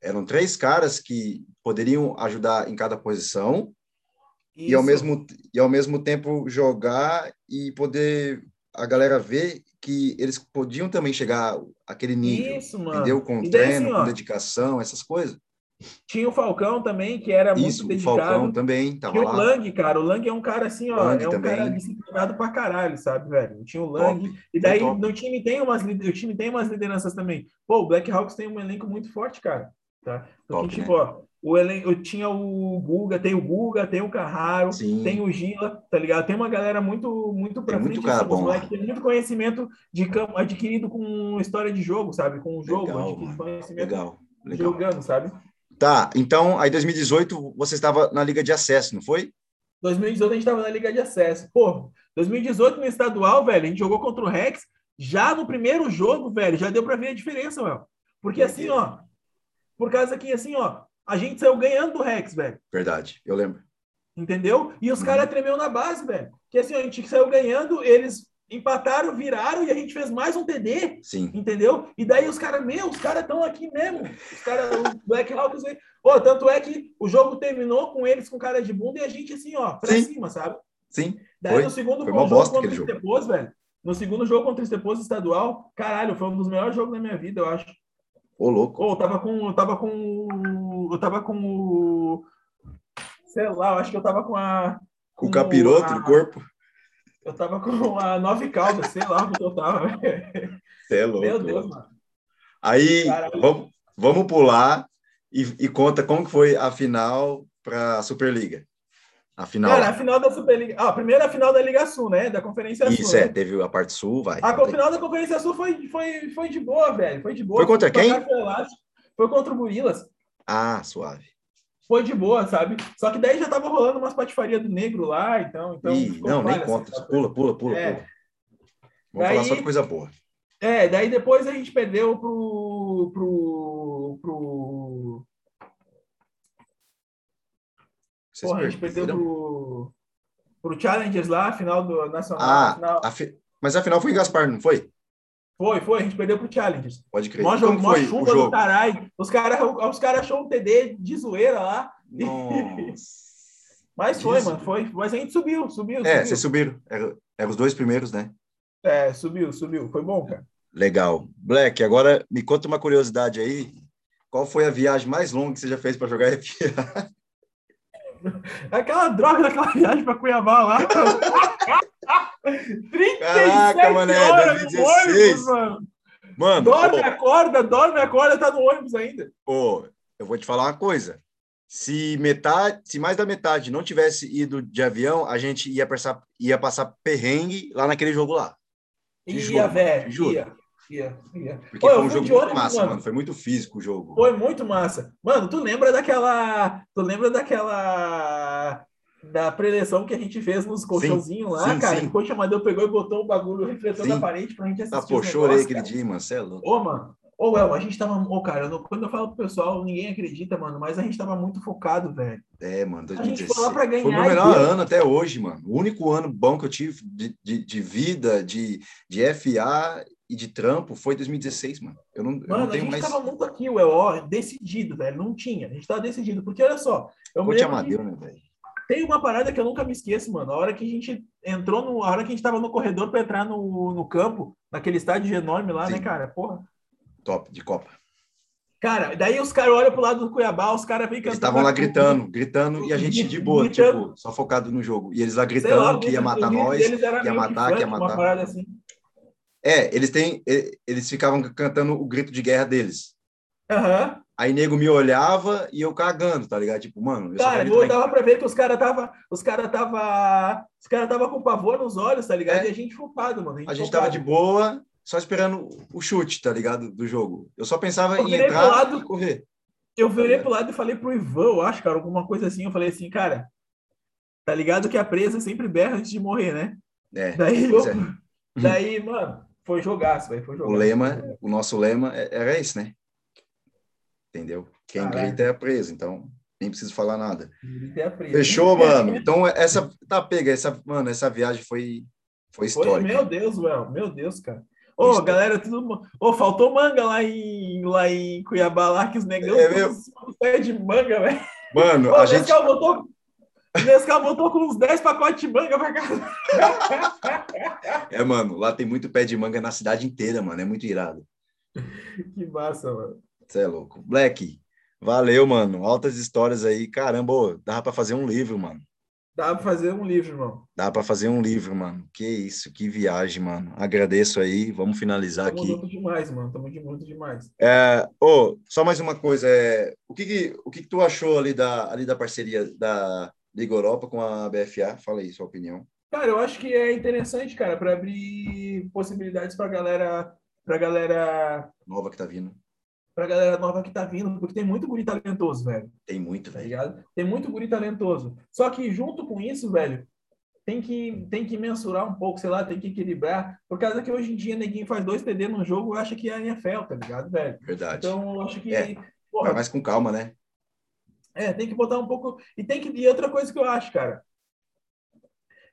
A: eram três caras que poderiam ajudar em cada posição, e ao,
B: Isso.
A: mesmo, e ao mesmo tempo jogar e poder a galera ver que eles podiam também chegar àquele nível,
B: Isso, mano.
A: entendeu? Com
B: E daí,
A: treino,
B: assim, ó,
A: com dedicação, essas coisas.
B: Tinha o Falcão também, que era
A: Isso,
B: é muito
A: o
B: dedicado.
A: Falcão também
B: E
A: tava
B: o
A: lá.
B: Lang, cara, o Lang é um cara assim, ó,
A: Lang
B: é um
A: também.
B: cara disciplinado pra caralho, sabe, velho? Tinha o Lang. E daí
A: top.
B: no time tem umas lider- o time tem umas lideranças também. Pô, o Black Hawks tem um elenco muito forte, cara. Tá? Porque,
A: Top, né?
B: tipo, ó, o elenco, eu tinha o Guga, tem o Guga, tem o Carraro,
A: Sim.
B: tem o Gila, tá ligado? Tem uma galera muito, muito pra
A: Tem muito
B: frente,
A: cara
B: assim, os
A: bom
B: moleques
A: lá.
B: têm muito conhecimento de campo adquirido com história de jogo, sabe? Com o jogo,
A: Legal,
B: adquirido
A: mano.
B: conhecimento
A: Legal, legal.
B: jogando, sabe?
A: Tá, então aí 2018 você estava na Liga de Acesso, não foi?
B: 2018 a gente tava na Liga de Acesso. Pô, 2018 no estadual, velho, a gente jogou contra o Rex. Já no primeiro jogo, velho, já deu pra ver a diferença, velho. Porque assim, ó, por causa que assim, ó, a gente saiu ganhando do Rex, velho.
A: Verdade, eu lembro.
B: Entendeu? E os
A: Uhum.
B: caras tremeu na base, velho. Porque assim, ó, a gente saiu ganhando, eles empataram, viraram e a gente fez mais um TD,
A: Sim.
B: entendeu? E daí os caras, meu, os caras estão aqui mesmo. Os caras, o
A: [LAUGHS]
B: Black Hawks, aí. Ô, tanto é que o jogo terminou com eles com cara de bunda e a gente assim, ó, pra
A: Sim.
B: cima, sabe?
A: Sim.
B: Daí
A: Foi.
B: no segundo
A: Foi
B: jogo
A: uma bosta
B: contra o
A: aquele jogo.
B: Estepos, velho. No segundo jogo contra o Estepos estadual, caralho, foi um dos melhores jogos da minha vida, eu acho.
A: Ô, louco.
B: Ou eu tava com. Eu tava com. o- Eu tava com o. Sei lá, eu acho que eu tava com a.
A: O capiroto
B: a-
A: do corpo.
B: Eu tava com a nove caldas, sei lá o que eu tava. velho.
A: Você é louco.
B: Meu Deus, mano.
A: Aí,
B: Caralho.
A: vamos, vamos pular e, e conta como que foi a final para a Superliga. A final.
B: Cara, a final da Superliga. Ah, a primeira final da Liga Sul, né? Da Conferência
A: Isso
B: Sul.
A: é,
B: né?
A: teve a parte sul, vai.
B: A co- Ah, final da Conferência Sul foi, foi, foi de boa, velho. Foi de boa.
A: Foi contra quem?
B: placar foi elástico. Foi contra o Gorilas.
A: Ah, suave.
B: foi de boa, sabe? Só que daí já tava rolando umas patifaria do negro lá, então. então
A: Ih,
B: ficou
A: não, nem
B: falha,
A: conta.
B: sabe?
A: Pula, pula, pula,
B: É.
A: pula. Vamos falar
B: Daí-
A: só de coisa boa.
B: É, daí depois a gente perdeu pro. pro. pro.
A: Vocês
B: Porra, a gente perdeu
A: perderam?
B: pro. pro Challengers lá, final do Nacional.
A: Ah,
B: final-
A: a fi- Mas a final foi em Gaspar, não foi?
B: Foi, foi, a gente perdeu pro Challengers.
A: Pode crer.
B: Mó,
A: E
B: jogo,
A: como
B: mó
A: foi o
B: chuva do
A: jogo?
B: caralho. Os caras os cara achou um TD de zoeira lá.
A: Nossa.
B: Mas foi,
A: Isso.
B: mano, foi. Mas a gente subiu, subiu.
A: É,
B: subiu.
A: vocês subiram. Eram eram os dois primeiros, né?
B: É, subiu, subiu. Foi bom, cara.
A: Legal. Black, agora me conta uma curiosidade aí. Qual foi a viagem mais longa que você já fez para jogar FA?
B: Aquela droga daquela [LAUGHS] viagem pra Cuiabá lá.
A: [LAUGHS]
B: 37
A: Caraca, é mané,
B: horas no
A: 2016.
B: ônibus, mano.
A: Mano,
B: Dorme,
A: ô,
B: acorda, dorme, acorda, tá no ônibus ainda.
A: ô, eu vou te falar uma coisa. Se metade, se mais da metade não tivesse ido de avião, a gente ia passar, ia passar perrengue lá naquele jogo lá. Te
B: Ia,
A: juro,
B: velho.
A: te juro.
B: Ia, ia, ia.
A: Porque
B: Ô, eu
A: foi um
B: fui
A: jogo
B: de
A: muito
B: ônibus,
A: massa,
B: mano.
A: mano. Foi muito físico o jogo.
B: Foi muito massa. Mano, tu lembra daquela. Tu lembra daquela. Da preleção que a gente fez nos colchãozinhos lá,
A: sim,
B: cara?
A: sim.
B: O Cochamadeu pegou e botou o bagulho refletor
A: Sim.
B: na parede pra gente assistir.
A: Ah, pô,
B: os
A: chorei
B: negócios,
A: aquele
B: cara.
A: dia, mano. Cê é louco.
B: Ô, mano. Ô, Léo, a gente tava. Ô, cara, eu não- quando eu falo pro pessoal, ninguém acredita, mano, mas a gente tava muito focado, velho.
A: É, mano,
B: A gente
A: 2016.
B: foi lá pra ganhar.
A: Foi o meu melhor
B: e-
A: ano até hoje, mano. O único ano bom que eu tive de, de, de vida, de, de FA e de trampo foi 2016, mano. Eu não, eu não
B: Mano, a
A: tenho
B: gente
A: mais.
B: tava muito aqui, Léo, ó, decidido, velho. Não tinha. A gente tava decidido. Porque olha só, eu me
A: Coach
B: lembro que
A: Amadeu, né, velho?
B: Tem uma parada que eu nunca me esqueço, mano. A hora que a gente entrou no. A hora que a gente tava no corredor pra entrar no, no campo, naquele estádio enorme lá,
A: Sim.
B: né, cara? Porra.
A: Top, de Copa.
B: Cara, daí os caras olham pro lado do Cuiabá, os caras ficam.
A: Eles estavam lá gritando, gritando, e a gente de boa,
B: Gritando.
A: tipo, só focado no jogo. E eles lá gritando
B: tá
A: que ia matar nós. ia matar, que ia
B: Uma
A: matar.
B: parada assim.
A: É, eles têm. e- Eles ficavam cantando o grito de guerra deles.
B: Aham.
A: Aí nego me olhava e eu cagando, tá ligado? Tipo, mano, eu só
B: Cara,
A: quero ir
B: eu
A: também.
B: dava pra ver que os caras tava. Os caras tava. Os caras tava com pavor nos olhos, tá ligado?
A: É.
B: E a gente focado, mano.
A: A gente
B: focado.
A: tava de boa, só esperando o chute, tá ligado? Do jogo. Eu só pensava
B: Eu
A: em
B: virei
A: entrar
B: pro lado.
A: e correr. É.
B: Eu virei pro lado e falei pro Ivan, eu acho, cara, alguma coisa assim. Eu falei assim, cara, tá ligado que a presa sempre berra antes de morrer, né?
A: É,
B: Daí,
A: pois é.
B: eu- [LAUGHS] daí mano, foi jogaço, velho, foi
A: O
B: jogaço.
A: lema, o nosso lema é- era esse, né? Entendeu? Quem
B: Caralho.
A: grita é preso, então nem preciso falar nada.
B: Até a presa.
A: Fechou,
B: é.
A: mano. Então essa tá pega, essa, mano, essa viagem foi foi
B: Foi-
A: histórica.
B: meu Deus, Well, meu Deus, cara. Ô,
A: Isso.
B: galera, tudo. Ô, faltou manga lá em, lá em Cuiabá, lá que os negão.
A: É
B: todos pé de manga, velho.
A: Mano,
B: Ô,
A: a
B: é O
A: gente
B: Nescau voltou. O Nescau voltou com uns 10 pacotes de manga pra casa. [LAUGHS]
A: é, mano, lá tem muito pé de manga na cidade inteira, mano, é muito irado.
B: Que massa, mano.
A: Você é louco. Black, valeu, mano. Altas histórias aí. Caramba, ô, dava pra fazer um livro, mano.
B: Dá pra fazer um livro, irmão.
A: Dá para fazer um livro, mano. Que isso, que viagem, mano. Agradeço aí. Vamos finalizar
B: Tamo
A: Tá aqui.
B: junto demais, mano. Tamo de muito demais.
A: É, ô, só mais uma coisa. É, o que, que- o que, que tu achou ali da, ali da parceria da Liga Europa com a BFA? Fala aí sua opinião.
B: Cara, eu acho que é interessante, cara, para abrir possibilidades para galera, para galera,
A: Nova que tá vindo.
B: para galera nova que tá vindo, porque tem muito guri talentoso, velho,
A: Tem muito,
B: tá
A: velho.
B: ligado? Tem muito guri talentoso. Só que junto com isso, velho, tem que tem que mensurar um pouco, sei lá, tem que equilibrar, por causa que hoje em dia ninguém faz dois TD num jogo, acha que é a NFL, tá ligado, velho?
A: Verdade.
B: Então, eu acho que
A: É.
B: porra,
A: Vai mais com calma, né?
B: é, tem que botar um pouco. E tem que. E outra coisa que eu acho, cara.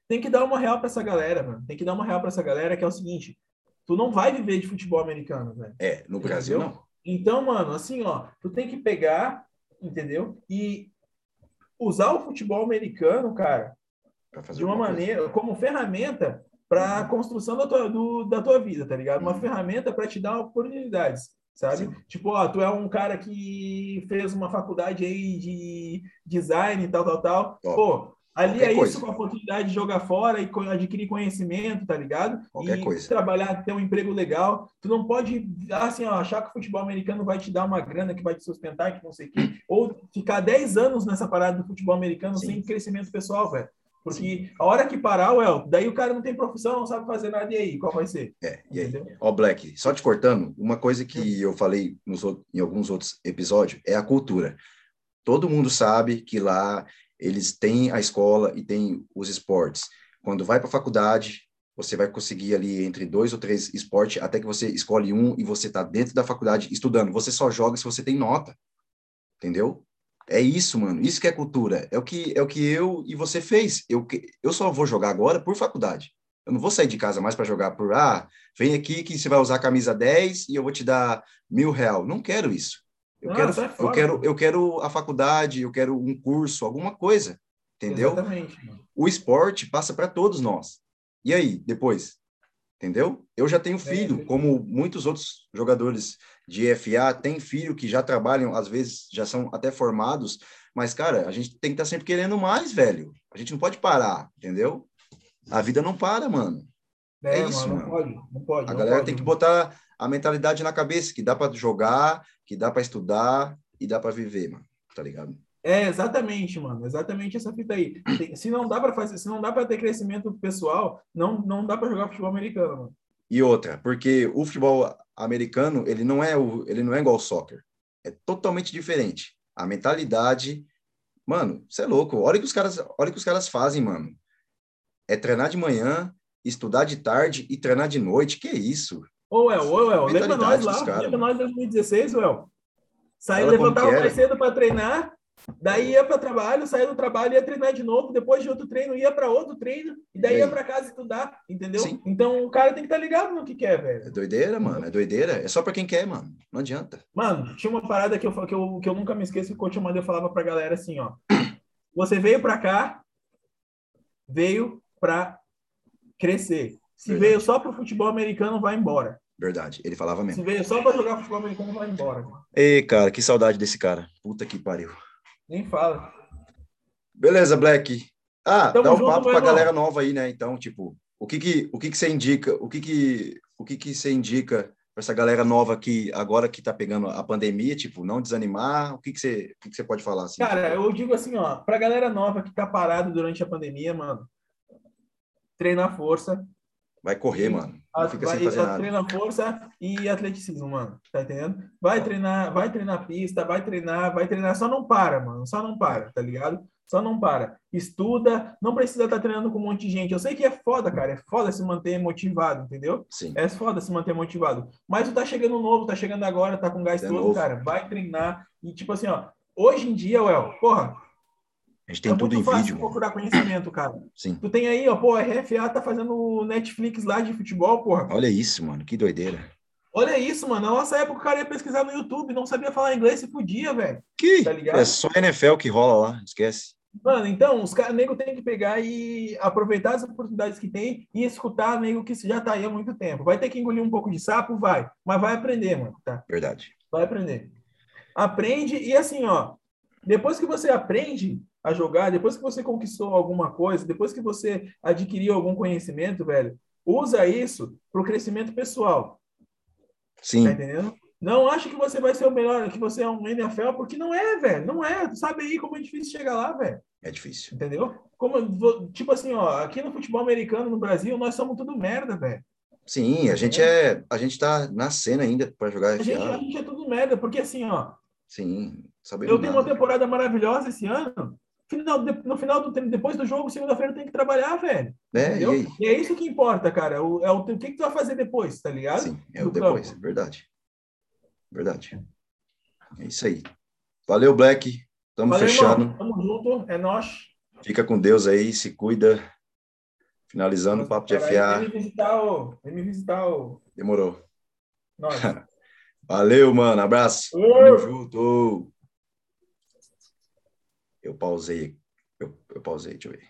B: Tem que dar uma real pra essa galera, mano. Tem que dar uma real pra essa galera, que é o seguinte: tu não vai viver de futebol americano, velho.
A: É, no Brasil
B: Entendeu?
A: não.
B: Então, mano, assim, ó, tu tem que pegar, entendeu? E usar o futebol americano, cara,
A: Pra fazer
B: de uma
A: alguma coisa.
B: maneira, como ferramenta para a construção da tua, do- da tua vida, tá ligado? Uma
A: Uhum.
B: ferramenta para te dar oportunidades, sabe?
A: Sim.
B: Tipo, ó, tu é um cara que fez uma faculdade aí de design e tal, tal, tal.
A: Top.
B: Pô, ali
A: Qualquer
B: é
A: coisa.
B: isso com a oportunidade de jogar fora e co- adquirir conhecimento, tá ligado?
A: Qualquer
B: e
A: coisa.
B: trabalhar, ter um emprego legal. Tu não pode, assim, ó, achar que o futebol americano vai te dar uma grana que vai te sustentar, que não sei o quê. Ou ficar 10 anos nessa parada do futebol americano
A: Sim.
B: sem crescimento pessoal, velho. Porque a hora que parar, ué, daí o cara não tem profissão, não sabe fazer nada, e aí? Qual vai ser?
A: É, e aí?
B: Entendeu?
A: Ó, Black, só te cortando, uma coisa
B: É.
A: que eu falei nos ou- em alguns outros episódios é a cultura. Todo mundo sabe que lá eles têm a escola e têm os esportes. Quando vai para a faculdade, você vai conseguir ali entre dois ou três esportes, até que você escolhe um e você está dentro da faculdade estudando. Você só joga se você tem nota. Entendeu? É isso, mano. Isso que é cultura. É o que, é o que eu e você fez. Eu, que- eu só vou jogar agora por faculdade. Eu não vou sair de casa mais para jogar por, ah, vem aqui que você vai usar a camisa 10 e eu vou te dar mil real. Não quero isso. Eu,
B: Ah,
A: quero,
B: sai
A: eu,
B: fora,
A: quero,
B: pô.
A: eu quero a faculdade, eu quero um curso, alguma coisa. Entendeu?
B: Exatamente. mano.
A: O esporte passa para todos nós. E aí, depois? Entendeu? Eu já tenho filho,
B: é.
A: como muitos outros jogadores de FA têm filho que já trabalham, às vezes já são até formados, mas, cara, a gente tem que estar sempre querendo mais, velho. A gente não pode parar, entendeu? A vida não para, mano. É isso,
B: Não
A: mano.
B: pode, não pode.
A: A
B: não
A: galera
B: pode. né?
A: tem que botar a mentalidade na cabeça que dá para jogar, que dá para estudar e dá para viver, mano. Tá ligado?
B: É, exatamente, mano. Exatamente essa fita aí. Tem- se não dá pra fazer, se não dá para ter crescimento pessoal, não, não dá pra jogar futebol americano, mano.
A: E outra, porque o futebol americano, ele não é o, ele não é igual ao soccer. É totalmente diferente. A mentalidade, mano, você é louco. Olha o que os caras, olha o que os caras fazem, mano. É treinar de manhã, estudar de tarde e treinar de noite. Que isso?
B: Ô, El, ô, El, lembra
A: Mentalidade
B: nós lá,
A: dos caras,
B: lembra
A: mano.
B: nós em 2016, El? Saiu,
A: Olha como
B: levantava
A: que era.
B: mais cedo para treinar, daí ia para trabalho, saía do trabalho, ia treinar de novo, depois de outro treino, ia para outro treino, e daí
A: E aí?
B: ia para casa estudar, entendeu?
A: Sim.
B: Então o cara tem que estar ligado no que quer, velho.
A: É doideira, mano. É doideira. É só para quem quer, mano. Não adianta.
B: Mano, tinha uma parada que eu, fa- que eu, que eu nunca me esqueço que o coach Amanda falava pra galera assim, ó. Você veio pra cá, veio pra crescer. Se
A: Verdade.
B: veio só pro futebol americano, vai embora.
A: Verdade. Ele falava mesmo.
B: Se veio só pra jogar futebol americano, vai embora.
A: Ei, cara, que saudade desse cara. Puta que pariu.
B: Nem fala.
A: Beleza, Black. Ah,
B: Tamo
A: dá um
B: junto,
A: papo
B: meu
A: pra
B: irmão.
A: galera nova aí, né? Então, tipo, o que que, o que que você indica? O que que, o que que você indica pra essa galera nova que agora que tá pegando a pandemia, tipo, não desanimar? O que que você, o que que você pode falar assim?
B: Cara, eu digo assim, ó, pra galera nova que tá parada durante a pandemia, mano, treina a força,
A: Vai correr, mano.
B: a-
A: Não fica
B: vai,
A: sem fazer
B: a-
A: nada.
B: treina a força e atleticismo, mano, tá entendendo? Vai treinar, vai treinar pista, vai treinar, vai treinar, só não para, mano, só não para, tá ligado? Só não para. Estuda, não precisa estar treinando com um monte de gente. Eu sei que é foda, cara, é foda se manter motivado, entendeu?
A: Sim.
B: É foda se manter motivado. Mas tu tá chegando novo, tá chegando agora, tá com gás
A: É
B: todo,
A: novo.
B: cara, vai treinar e tipo assim, ó, hoje em dia, Well, porra,
A: A gente tem
B: é
A: tudo
B: muito
A: em
B: fácil
A: vídeo, né? mano.
B: procurar conhecimento, cara.
A: Sim.
B: Tu tem aí, ó, pô, a RFA tá fazendo o Netflix lá de futebol, porra.
A: Olha isso, mano. Que doideira.
B: Tá Olha isso, mano. Na nossa época o cara ia pesquisar no YouTube, não sabia falar inglês se podia, velho.
A: Que
B: Tá ligado?
A: é só NFL que rola lá, esquece.
B: Mano, então, os caras, nego, tem que pegar e aproveitar as oportunidades que tem e escutar, nego, que isso já tá aí há muito tempo. Vai ter que engolir um pouco de sapo, vai. Mas vai aprender, mano, tá?
A: Verdade.
B: Vai aprender. Aprende e assim, ó. Depois que você aprende a jogar, depois que você conquistou alguma coisa, depois que você adquiriu algum conhecimento, velho, usa isso pro crescimento pessoal,
A: Sim.
B: tá entendendo? Não acha que você vai ser o melhor, que você é um NFL, porque não é, velho, não é. Tu sabe aí como é difícil chegar lá, velho,
A: É difícil.
B: entendeu? Como, eu vou- tipo assim, ó, aqui no futebol americano, no Brasil, nós somos tudo merda, velho.
A: Sim, a gente é, a gente tá na cena ainda pra jogar
B: A gente, a
A: FA.
B: gente é tudo merda, porque assim, ó,
A: Sim. Sabemos
B: Eu tenho uma
A: nada.
B: temporada maravilhosa esse ano. Final, de- no final do tempo, depois do jogo, segunda-feira tem que trabalhar, velho.
A: É, e
B: entendeu?
A: aí?
B: E é isso que importa, cara. O, é o, o que, que tu vai fazer depois, tá ligado?
A: Sim, é
B: do
A: o depois, é verdade. Verdade. É isso aí. Valeu, Black. Tamo
B: Valeu,
A: fechando.
B: irmão. Tamo junto, é nós.
A: Fica com Deus aí, se cuida. Finalizando o papo de
B: Cara, Vem
A: FA.
B: me visitar, ô. Vem me visitar, ô.
A: Demorou.
B: Nós.
A: [LAUGHS] Valeu, mano. Abraço.
B: Ô.
A: Tamo junto. Eu pausei. Eu, eu pausei, deixa eu ver.